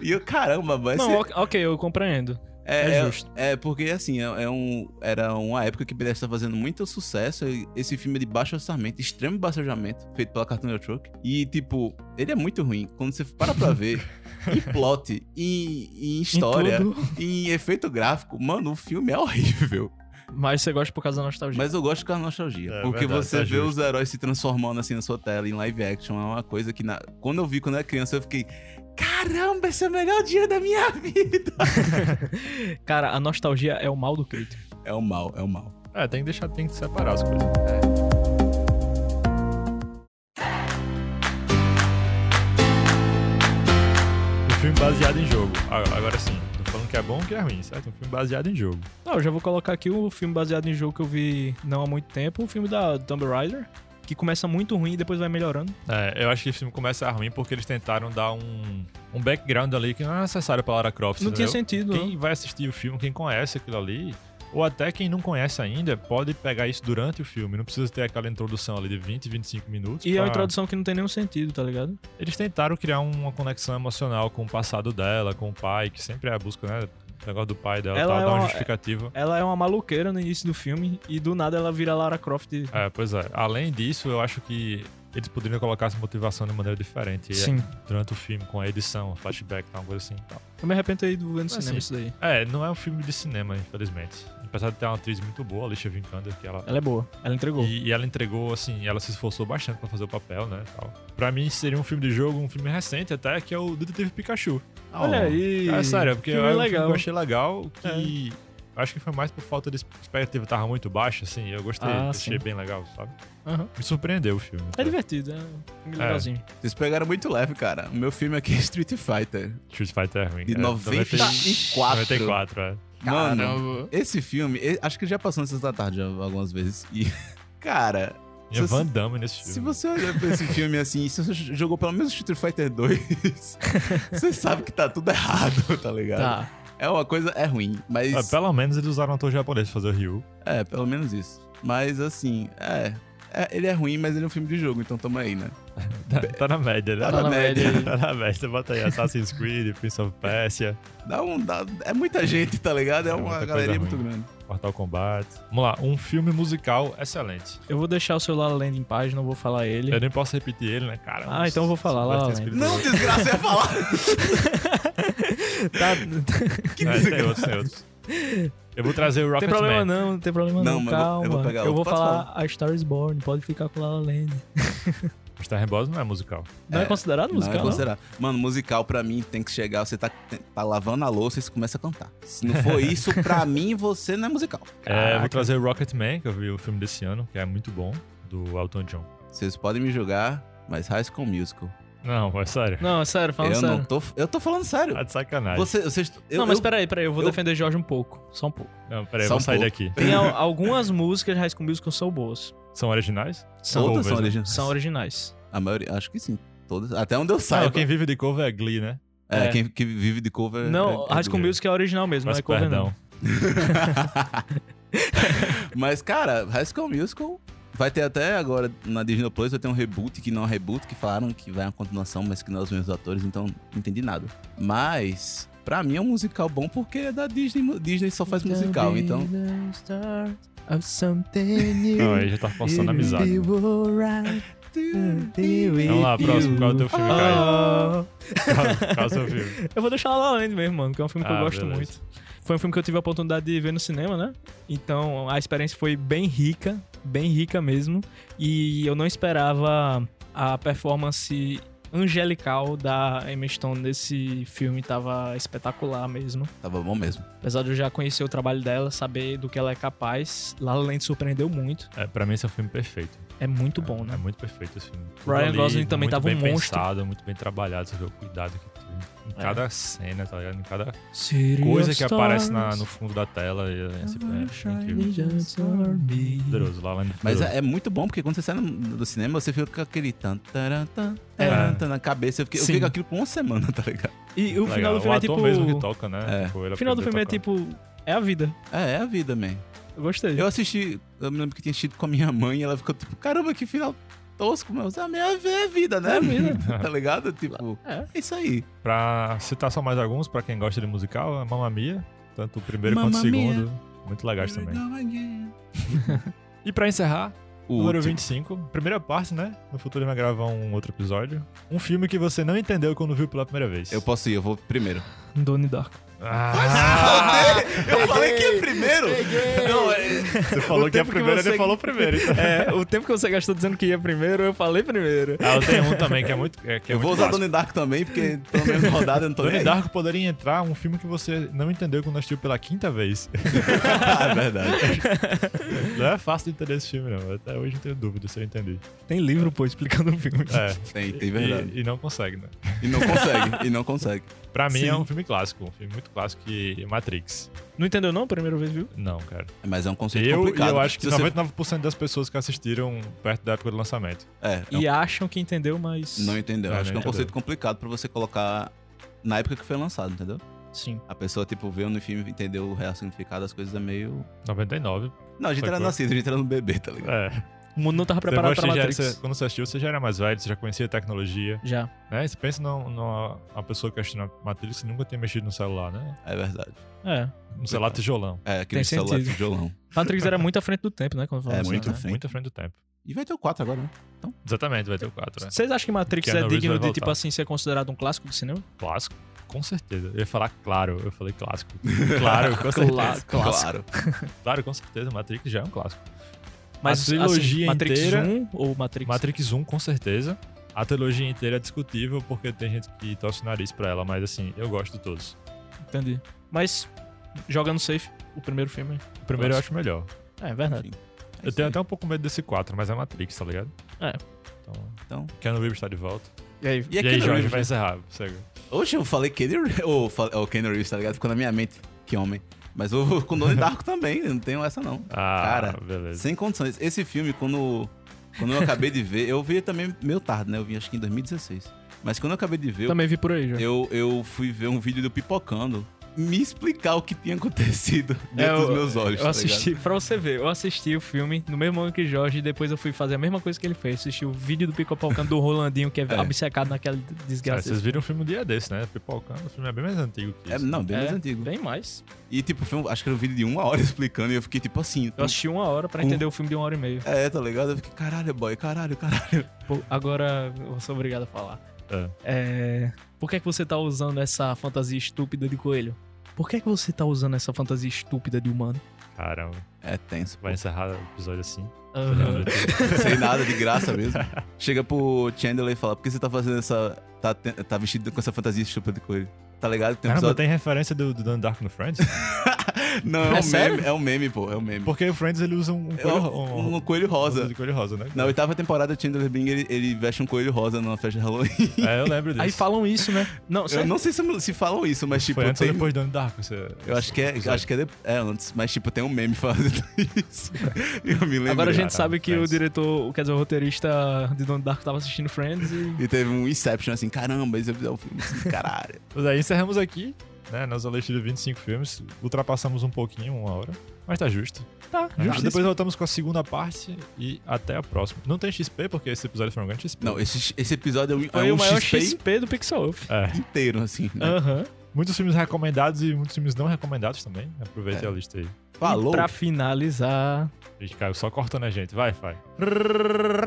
S3: E eu, caramba, mas.
S2: não, ok, ok, eu compreendo. é justo.
S3: É, porque assim, é, é um, era uma época que o BDS tá fazendo muito sucesso. e Esse filme é de baixo orçamento, extremo baixo orçamento, feito pela Cartoon Network. E, tipo, ele é muito ruim. Quando você para pra ver, em plot, em, em
S2: Em
S3: história,
S2: tudo,
S3: em efeito gráfico, mano, o filme é horrível.
S2: mas você gosta por causa da nostalgia.
S3: Mas eu gosto com a nostalgia.
S1: É,
S3: porque
S1: verdade,
S3: você
S1: tá
S3: vê
S1: justo.
S3: os heróis se transformando assim na sua tela em live action é uma coisa que na- quando eu vi quando eu era criança eu fiquei. Caramba, esse é o melhor dia da minha vida!
S2: Cara, a nostalgia é o mal do crítico.
S3: É o mal, é o mal.
S1: É, tem que deixar, tem que separar as coisas. É. Um filme baseado em jogo. Ah, Agora sim, tô falando que é bom ou que é ruim, certo? Um filme baseado em jogo.
S2: Não, eu já vou colocar aqui o filme baseado em jogo que eu vi não há muito tempo, o filme da Tomb Raider, que começa muito ruim e depois vai melhorando.
S1: É, eu acho que esse filme começa ruim porque eles tentaram dar um, um background ali que não é necessário pra Lara Croft.
S2: Não tinha
S1: entendeu?
S2: sentido.
S1: Quem vai assistir o filme, quem conhece aquilo ali, ou até quem não conhece ainda, pode pegar isso durante o filme. Não precisa ter aquela introdução ali de 20, 25 minutos.
S2: E é uma
S1: pra-
S2: introdução que não tem nenhum sentido, tá ligado?
S1: Eles tentaram criar uma conexão emocional com o passado dela, com o pai, que sempre é a busca, né? O negócio do pai dela,
S2: Ela
S1: tal,
S2: é
S1: dar uma
S2: uma-
S1: justificativa.
S2: Ela é uma maluqueira no início do filme e do nada ela vira Lara Croft.
S1: É, pois é. Além disso, eu acho que eles poderiam colocar essa motivação de maneira diferente. E é
S2: Sim.
S1: Durante o filme, com a edição, flashback, tal, uma coisa assim e tal.
S2: Eu me arrependo aí do vendo
S1: Mas
S2: cinema
S1: sim.
S2: isso daí.
S1: É, não é um filme de cinema, infelizmente. Apesar de ter uma atriz muito boa, a Alicia Vikander, que ela...
S2: Ela é boa, ela entregou.
S1: E, e ela entregou, assim, ela se esforçou bastante pra fazer o papel, né, tal. Pra mim, seria um filme de jogo, um filme recente até, que é o Detetive Pikachu.
S2: Olha aí.
S1: É sério, porque
S2: filme
S1: é um filme
S2: legal. É.
S1: que eu achei legal, que acho que foi mais por falta de expectativa, tava muito baixa, assim, eu gostei,
S2: Ah,
S1: achei
S2: sim.
S1: bem legal, sabe?
S2: Aham.
S1: Me surpreendeu o filme.
S2: É divertido, é um filme legalzinho.
S3: Vocês pegaram muito leve, cara. O meu filme aqui é Street Fighter,
S1: Street Fighter é ruim.
S3: de
S1: cara.
S3: 94.
S1: 94, é.
S3: Mano, esse filme, e- acho que já passou nessas da tarde já algumas vezes. E, cara,
S1: E é
S3: Se
S1: Van
S3: você-
S1: Damme nesse filme.
S3: se você olhar pra esse filme assim, se você jogou pelo menos Street Fighter 2, você sabe que tá tudo errado, tá ligado?
S2: Tá.
S3: É uma coisa, é ruim, mas.
S1: Ah, pelo menos eles usaram um ator japonês pra fazer o Ryu.
S3: É, pelo menos isso. Mas assim, é. é, ele é ruim, mas ele é um filme de jogo, então tamo aí, né?
S1: Tá, tá na média, né?
S3: Tá na média.
S1: Tá na média. Você bota aí Assassin's Creed, Prince of Persia,
S3: Dá um. dá- é muita gente, tá ligado? É
S1: É
S3: uma
S1: muita coisa ruim.
S3: galeria muito grande.
S1: Mortal Kombat. Vamos lá, um filme musical excelente.
S2: Eu vou deixar o seu La La Land em paz, não vou falar ele.
S1: Eu nem posso repetir ele, né, cara?
S2: Ah, então eu vou falar, La La
S1: Assassin's
S2: Land.
S1: Creed
S3: Não,
S1: dois.
S3: desgraça, eu ia falar.
S1: é
S2: Tá,
S3: Que
S1: Ah, tem
S3: desgraça.
S1: outros, tem outros. Eu vou trazer o
S2: tem
S1: Rocketman.
S2: problema não, não tem problema não,
S3: Não, mas eu vou-
S2: calma.
S3: eu vou pegar outro. Pode
S2: falar a Star is Born, pode ficar com La La Land.
S1: Star Rebels não é musical.
S2: Não é,
S3: É,
S2: considerado musical,
S3: não, é
S2: não?
S3: considerado. Mano, musical pra mim tem que chegar, você tá, tá lavando a louça e você começa a cantar. Se não for isso, pra mim você não é musical.
S1: É, eu
S2: Caraca.
S1: vou trazer o Rocketman, que eu vi o filme desse ano, que é muito bom, do Elton John.
S3: Vocês podem me julgar, mas High School Musical.
S1: Não, é sério.
S2: Não, é sério, falando
S3: eu
S2: sério.
S3: não tô. Eu tô falando sério.
S1: Tá de sacanagem.
S3: Você, vocês. Eu,
S2: não, mas
S3: eu-
S2: peraí, peraí, eu vou
S3: eu-
S2: defender Jorge um pouco, só um pouco.
S1: Não, peraí, eu
S3: Só
S1: vou
S3: um
S1: sair
S3: pouco.
S1: daqui.
S2: Tem al- algumas músicas de High School Musical são boas,
S1: São originais?
S3: todas
S1: covers,
S3: são
S1: né?
S3: originais.
S2: são originais.
S3: A maioria, acho que sim. Todas. Até onde eu
S1: Ah,
S3: saiba.
S1: quem vive de cover é Glee, né?
S3: É,
S2: É.
S3: quem que vive de cover.
S2: não,
S3: é, é
S2: High School
S3: doido.
S2: Musical é original mesmo,
S1: Mas
S2: não é cover
S1: perdão.
S2: não.
S3: Mas, cara, High School Musical Vai ter até agora na Disney Plus, vai ter um reboot que não é um reboot, que falaram que vai uma continuação, mas que não é os mesmos atores, então não entendi nada. Mas, pra mim é um musical bom porque é da Disney, Disney só faz musical, então.
S1: Não, aí já tá forçando a amizade.
S2: Então
S1: Vamos lá, próximo, qual é o teu filme, Caio? Qual- Qual é o seu filme?
S2: Ah, Eu vou deixar La La Land mesmo, mano, que é um filme que eu
S1: Ah,
S2: gosto
S1: beleza.
S2: muito. Foi um filme que eu tive a oportunidade de ver no cinema, né? Então a experiência foi bem rica, bem rica mesmo. E eu não esperava a performance angelical da Emma Stone nesse filme, tava espetacular mesmo.
S3: Tava Tá bom mesmo.
S2: Apesar de eu já conhecer o trabalho dela, saber do que ela é capaz, La La Land surpreendeu muito.
S1: É, pra mim esse é um filme perfeito.
S2: É muito bom,
S1: É
S2: né?
S1: muito perfeito esse filme. Tudo
S2: Ryan
S1: ali
S2: Gosling também
S1: muito
S2: tava
S1: bem
S2: um monstro.
S1: pensado, muito bem trabalhado, você vê o cuidado que tem. Em
S2: É.
S1: cada cena, tá ligado? Em cada
S2: City
S1: coisa
S2: of
S1: que aparece na-
S2: Stars.
S1: no fundo da tela. E, é, assim, é incrível.
S2: Poderoso.
S1: Poderoso, lá, lá no-
S3: Mas
S1: poderoso.
S3: é, é muito bom porque quando você sai no- do cinema, você fica com aquele tan, taran, tan,
S2: É.
S3: taran, tan na cabeça. Eu, fiquei, eu
S2: Sim.
S3: fiquei com aquilo por uma semana, tá ligado?
S2: E o
S1: Legal.
S2: final do
S1: o
S2: filme é tipo.
S1: ator mesmo que toca, né?
S3: É.
S1: Tipo, ele
S2: o final do
S1: aprendeu
S2: filme é
S1: a tocar.
S2: tipo. É a vida.
S3: É, é a vida, man.
S2: Eu gostei.
S3: Eu assisti, eu me lembro que tinha assistido com a minha mãe e ela ficou tipo, caramba, que final tosco, meu. Ah, minha é vida, né?
S2: É a vida.
S3: tá ligado? Tipo,
S2: É.
S3: é isso aí.
S1: Pra citar só mais alguns, pra quem gosta de musical, é Mamma Mia. Tanto o primeiro quanto o
S3: Mamma Mia.
S1: segundo. Muito legais também. E pra encerrar,
S3: O
S1: número
S3: último.
S1: 25, primeira parte, né? No futuro ele vai gravar um outro episódio. Um filme que você não entendeu quando viu pela primeira vez.
S3: Eu posso ir, eu vou primeiro.
S2: Donnie Darko.
S1: Ah,
S3: Eu falei que é primeiro? Não,
S1: você falou
S2: O
S1: que é a
S2: tempo que
S1: primeira, ele
S2: você-
S1: falou primeiro. então.
S2: É, o tempo que você gastou dizendo que ia primeiro, eu falei primeiro.
S1: Ah, eu tenho um também que é muito. É, que é
S3: eu
S1: muito
S3: vou usar
S1: clássico.
S3: Donnie Dark também, porque pelo menos rodada eu não tô nem
S1: Donnie
S3: aí.
S1: Darko poderia entrar um filme que você não entendeu quando assistiu pela quinta vez.
S3: Ah, é verdade.
S1: não é fácil de entender esse filme, não. Até hoje eu tenho dúvida se eu entendi.
S2: Tem livro, pô, explicando o filme.
S1: É.
S3: Tem, tem verdade.
S1: E, e não consegue, né?
S3: E não consegue, e não consegue.
S1: Pra mim
S2: Sim.
S1: é um filme clássico, um filme muito clássico que Matrix.
S2: Não entendeu, não? Primeira vez, viu?
S1: Não, cara.
S3: Mas é um conceito
S1: Eu, e
S3: complicado.
S1: eu acho que
S3: Se você-
S1: 99% das pessoas que assistiram perto da época do lançamento.
S3: É, é um-
S2: E acham que entendeu, mas.
S3: não entendeu.
S1: É,
S3: acho que é
S1: não
S3: um conceito
S1: entendeu.
S3: complicado pra você colocar na época que foi lançado, entendeu?
S2: Sim.
S3: A pessoa, tipo, vê no filme, entendeu o real significado das coisas é meio.
S1: 99.
S3: Não, a gente
S1: Sacou?
S3: era nascido, a gente era no bebê, tá ligado?
S1: É.
S2: O mundo não tava preparado
S1: Você
S2: pra
S1: gosta de-
S2: Matrix.
S1: você- quando você assistiu, você já era mais velho, você já conhecia a tecnologia,
S2: Já.
S1: né? Você pensa num- numa uma pessoa que assistiu na Matrix que nunca tinha mexido no celular, né?
S3: É, verdade.
S2: É.
S1: Um celular tijolão.
S3: É, aquele
S2: Tem
S3: celular
S2: sentido.
S3: tijolão.
S2: Matrix era muito à frente do tempo, né? Quando falava
S3: É,
S2: assim,
S3: muito
S2: né?
S3: à frente.
S1: Muito à frente do tempo.
S3: E vai ter o 4 agora, né?
S1: Exatamente, vai ter o 4, né?
S2: Vocês acham que Matrix
S1: Keanu
S2: é
S1: Reeves
S2: digno
S1: vai
S2: de,
S1: voltar.
S2: tipo assim, ser considerado um clássico do cinema?
S1: Clássico? Com certeza. Eu ia falar claro, eu falei clássico. Claro, com certeza.
S3: Claro.
S1: Claro, com certeza. Matrix já é um clássico.
S2: Mas
S1: A trilogia
S2: assim, Matrix
S1: inteira-
S2: 1 ou Matrix?
S1: Matrix 1, com certeza. A trilogia inteira é discutível porque tem gente que torce o nariz pra ela, mas assim, eu gosto de todos.
S2: Entendi. Mas, jogando safe, o primeiro filme.
S1: O primeiro eu acho melhor.
S2: É, é verdade.
S3: É
S1: Eu
S3: isso
S1: tenho
S3: aí.
S1: até um pouco medo desse 4, mas é Matrix, tá ligado?
S2: É.
S1: Então,
S3: Então.
S1: Keanu Reeves tá de volta.
S2: E
S1: E,
S2: aí,
S3: E é
S1: aí,
S3: aquele
S1: Jorge,
S3: Jorge,
S1: vai encerrar. Segue.
S3: Hoje eu falei Kenny Reeves, ou fal- ou Keanu Reeves, tá ligado? Ficou na minha mente. Que homem. Mas eu vou com Donnie Darko também, eu não tenho essa não.
S1: Ah,
S3: Cara,
S1: beleza.
S3: Sem condições. Esse filme, quando, quando eu acabei de ver, eu vi também meio tarde, né? Eu vi acho que em 2016. Mas quando eu acabei de ver, eu,
S2: também vi por aí, já.
S3: eu, eu fui ver um vídeo do Pipocando me explicar o que tinha acontecido
S2: É,
S3: dentro dos meus olhos.
S2: Eu
S3: tá
S2: assisti, pra você ver, eu assisti o filme no mesmo ano que Jorge e depois eu fui fazer a mesma coisa que ele fez. Assisti o vídeo do Pico-Pau Canto do Rolandinho, que é,
S3: É.
S2: obcecado naquela
S1: Cara,
S2: desgraça.
S1: vocês viram o filme um dia desse, né? Pipocando. O filme é bem mais antigo que
S3: ligado? É,
S1: isso.
S3: não, bem mais
S2: É,
S3: antigo.
S2: Bem mais.
S3: E tipo, foi um- acho que era um vídeo de uma hora explicando e eu fiquei tipo assim.
S2: Eu assisti uma hora pra
S3: Com-
S2: entender o filme de uma hora e meia.
S3: É, tá ligado? Eu fiquei, caralho, boy, caralho, caralho.
S2: Pô, agora eu sou obrigado a falar.
S1: É.
S2: É, Por que é que você tá usando essa fantasia estúpida de coelho? Por que é que você tá usando essa fantasia estúpida de humano?
S1: Caramba,
S3: É tenso.
S1: vai encerrar o episódio assim.
S2: Aham.
S3: Sem nada, de graça mesmo. Chega pro Chandler e fala: Por que você tá fazendo essa. Tá, te- tá vestido com essa fantasia estúpida de coelho? Tá ligado? Tem um
S1: Caramba,
S3: episódio-
S1: tem referência do, do Donnie Darko no Friends?
S3: Não,
S2: É
S3: é, um
S2: sério?
S3: meme, é um meme, pô, é um meme.
S1: Porque o Friends ele usa um, um
S3: É
S1: coelho,
S3: um,
S1: um-
S3: um coelho rosa.
S1: de coelho rosa, né?
S3: Na oitava temporada, o Chandler Bing, ele, ele veste um coelho rosa numa festa de Halloween.
S1: É, eu lembro disso.
S2: Aí falam isso, né? Não,
S3: Eu
S2: sério.
S3: não sei se, se falam isso, mas tipo,
S1: Foi antes
S3: tem...
S1: ou depois do Donnie Darko? Você,
S3: Eu acho que é, eu acho que é, de- é antes, mas tipo, tem um meme fazendo isso. Eu me lembro.
S2: Agora a gente
S1: Cara,
S2: sabe que o
S1: Friends.
S2: diretor, quer dizer, o roteirista de Donnie Darko tava assistindo Friends e
S3: E teve um Inception assim, caramba, esse é o um filme assim, caralho.
S1: Mas aí encerramos aqui. né? Nossa lista de 25 filmes. Ultrapassamos um pouquinho, uma hora. Mas tá justo.
S2: Tá,
S1: Tá?
S2: justo.
S1: Depois voltamos com a segunda parte e até a próxima. Não tem XP, porque esse episódio foi um grande XP.
S3: Não, esse, esse episódio é um,
S2: Foi
S3: é
S2: o
S3: um
S2: maior Ah,
S3: XP,
S2: XP, do Pixel Up.
S1: É.
S3: inteiro, assim. Né?
S2: Aham.
S1: Muitos filmes recomendados e muitos filmes não recomendados também. Aproveite
S3: É.
S1: a lista aí.
S2: E
S3: Falou.
S2: pra finalizar.
S1: A gente caiu só cortando a gente. Vai, vai.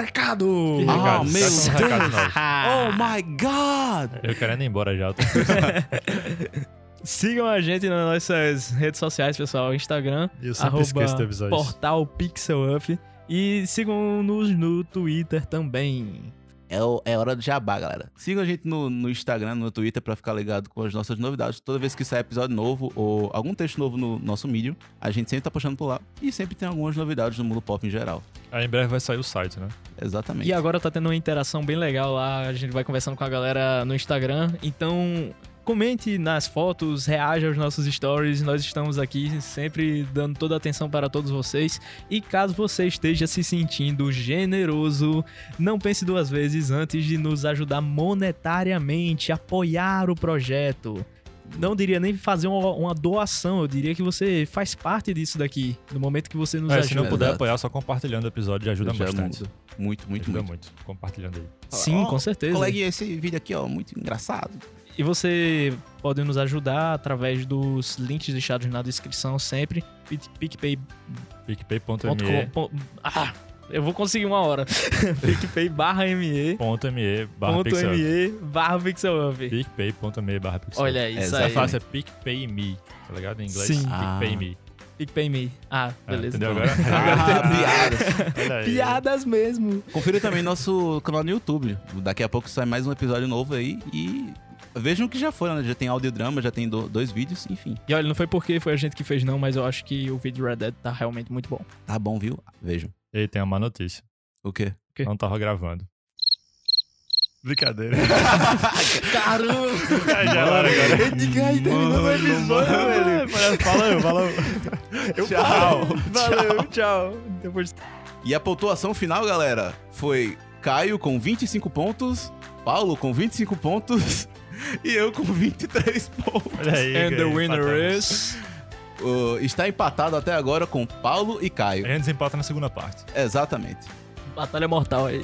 S2: Recado!
S1: Que
S3: Ah,
S1: recado?
S3: meu
S1: Traz uns
S3: Deus.
S1: recados novos.
S3: Oh my God!
S1: Eu querendo ir embora já. eu tô-
S2: Sigam a gente nas nossas redes sociais, pessoal. Instagram,
S1: Eu sempre esqueço de
S2: arroba
S1: avisar isso.
S2: portal Pixel Up. E sigam-nos no Twitter também.
S3: É, o- é hora do jabá, galera. Sigam a gente no, no Instagram, no Twitter, pra ficar ligado com as nossas novidades. Toda vez que sai episódio novo ou algum texto novo no nosso Medium, a gente sempre tá postando por lá. E sempre tem algumas novidades no mundo pop em geral.
S1: Aí em breve vai sair o site, né?
S3: Exatamente.
S2: E agora tá tendo uma interação bem legal lá. A gente vai conversando com a galera no Instagram. Então, comente nas fotos, reaja aos nossos stories. Nós estamos aqui sempre dando toda a atenção para todos vocês. E caso você esteja se sentindo generoso, não pense duas vezes antes de nos ajudar monetariamente, apoiar o projeto. Não diria nem fazer uma, uma doação, eu diria que você faz parte disso daqui. No momento que você nos
S1: É, se
S2: ajuda.
S1: não puder
S3: Exato.
S1: apoiar, só compartilhando o episódio já ajuda
S3: Já
S1: bastante.
S3: muda. Muito, muito,
S1: ajuda
S3: muito.
S1: muito. Compartilhando aí.
S2: Sim,
S3: Ó,
S2: com certeza.
S3: Coleguinha, esse vídeo aqui, ó, muito engraçado.
S2: E você pode nos ajudar através dos links deixados na descrição sempre. Pit- PicPay.com.
S1: picpay.me
S2: pon- Ah, eu vou conseguir uma hora. PicPay barra ME.
S1: ponto .me barra
S2: Ponto
S1: pixel.
S2: ME barra pixel up.
S1: picpay.me barra pixel.
S2: Olha isso
S3: É,
S1: Essa
S2: aí.
S1: frase é picpay.me, tá ligado? Em inglês,
S2: Sim.
S1: picpay.me.
S2: PicPay me. Ah, beleza.
S1: entendeu agora?
S3: Ah, piadas.
S1: então. Olha aí.
S2: Piadas mesmo.
S3: Confira também nosso canal no YouTube. Daqui a pouco sai mais um episódio novo aí e vejam o que já foram, né? Já tem audiodrama, já tem do- dois vídeos, enfim.
S2: E olha, não foi porque foi a gente que fez não, mas eu acho que o vídeo Red Dead tá realmente muito bom.
S3: Tá bom, viu? Vejam.
S1: Ei, tem uma má notícia.
S3: O quê?
S2: Quê?
S1: Não tava gravando. Brincadeira.
S3: Caramba!
S1: já era, galera.
S3: Edgar, aí terminou o episódio, velho.
S1: Valeu, valeu.
S3: Tchau.
S2: Valeu, tchau. Depois
S3: E a pontuação final, galera, foi Caio com 25 pontos, Paulo com 25 pontos e eu com 23 pontos.
S1: Olha aí.
S2: And
S1: que
S2: the winner
S1: empatamos.
S2: is.
S3: Uh, está empatado até agora com Paulo e
S1: A
S3: Caio.
S1: gente desempata na segunda parte.
S3: Exatamente.
S2: Batalha mortal aí.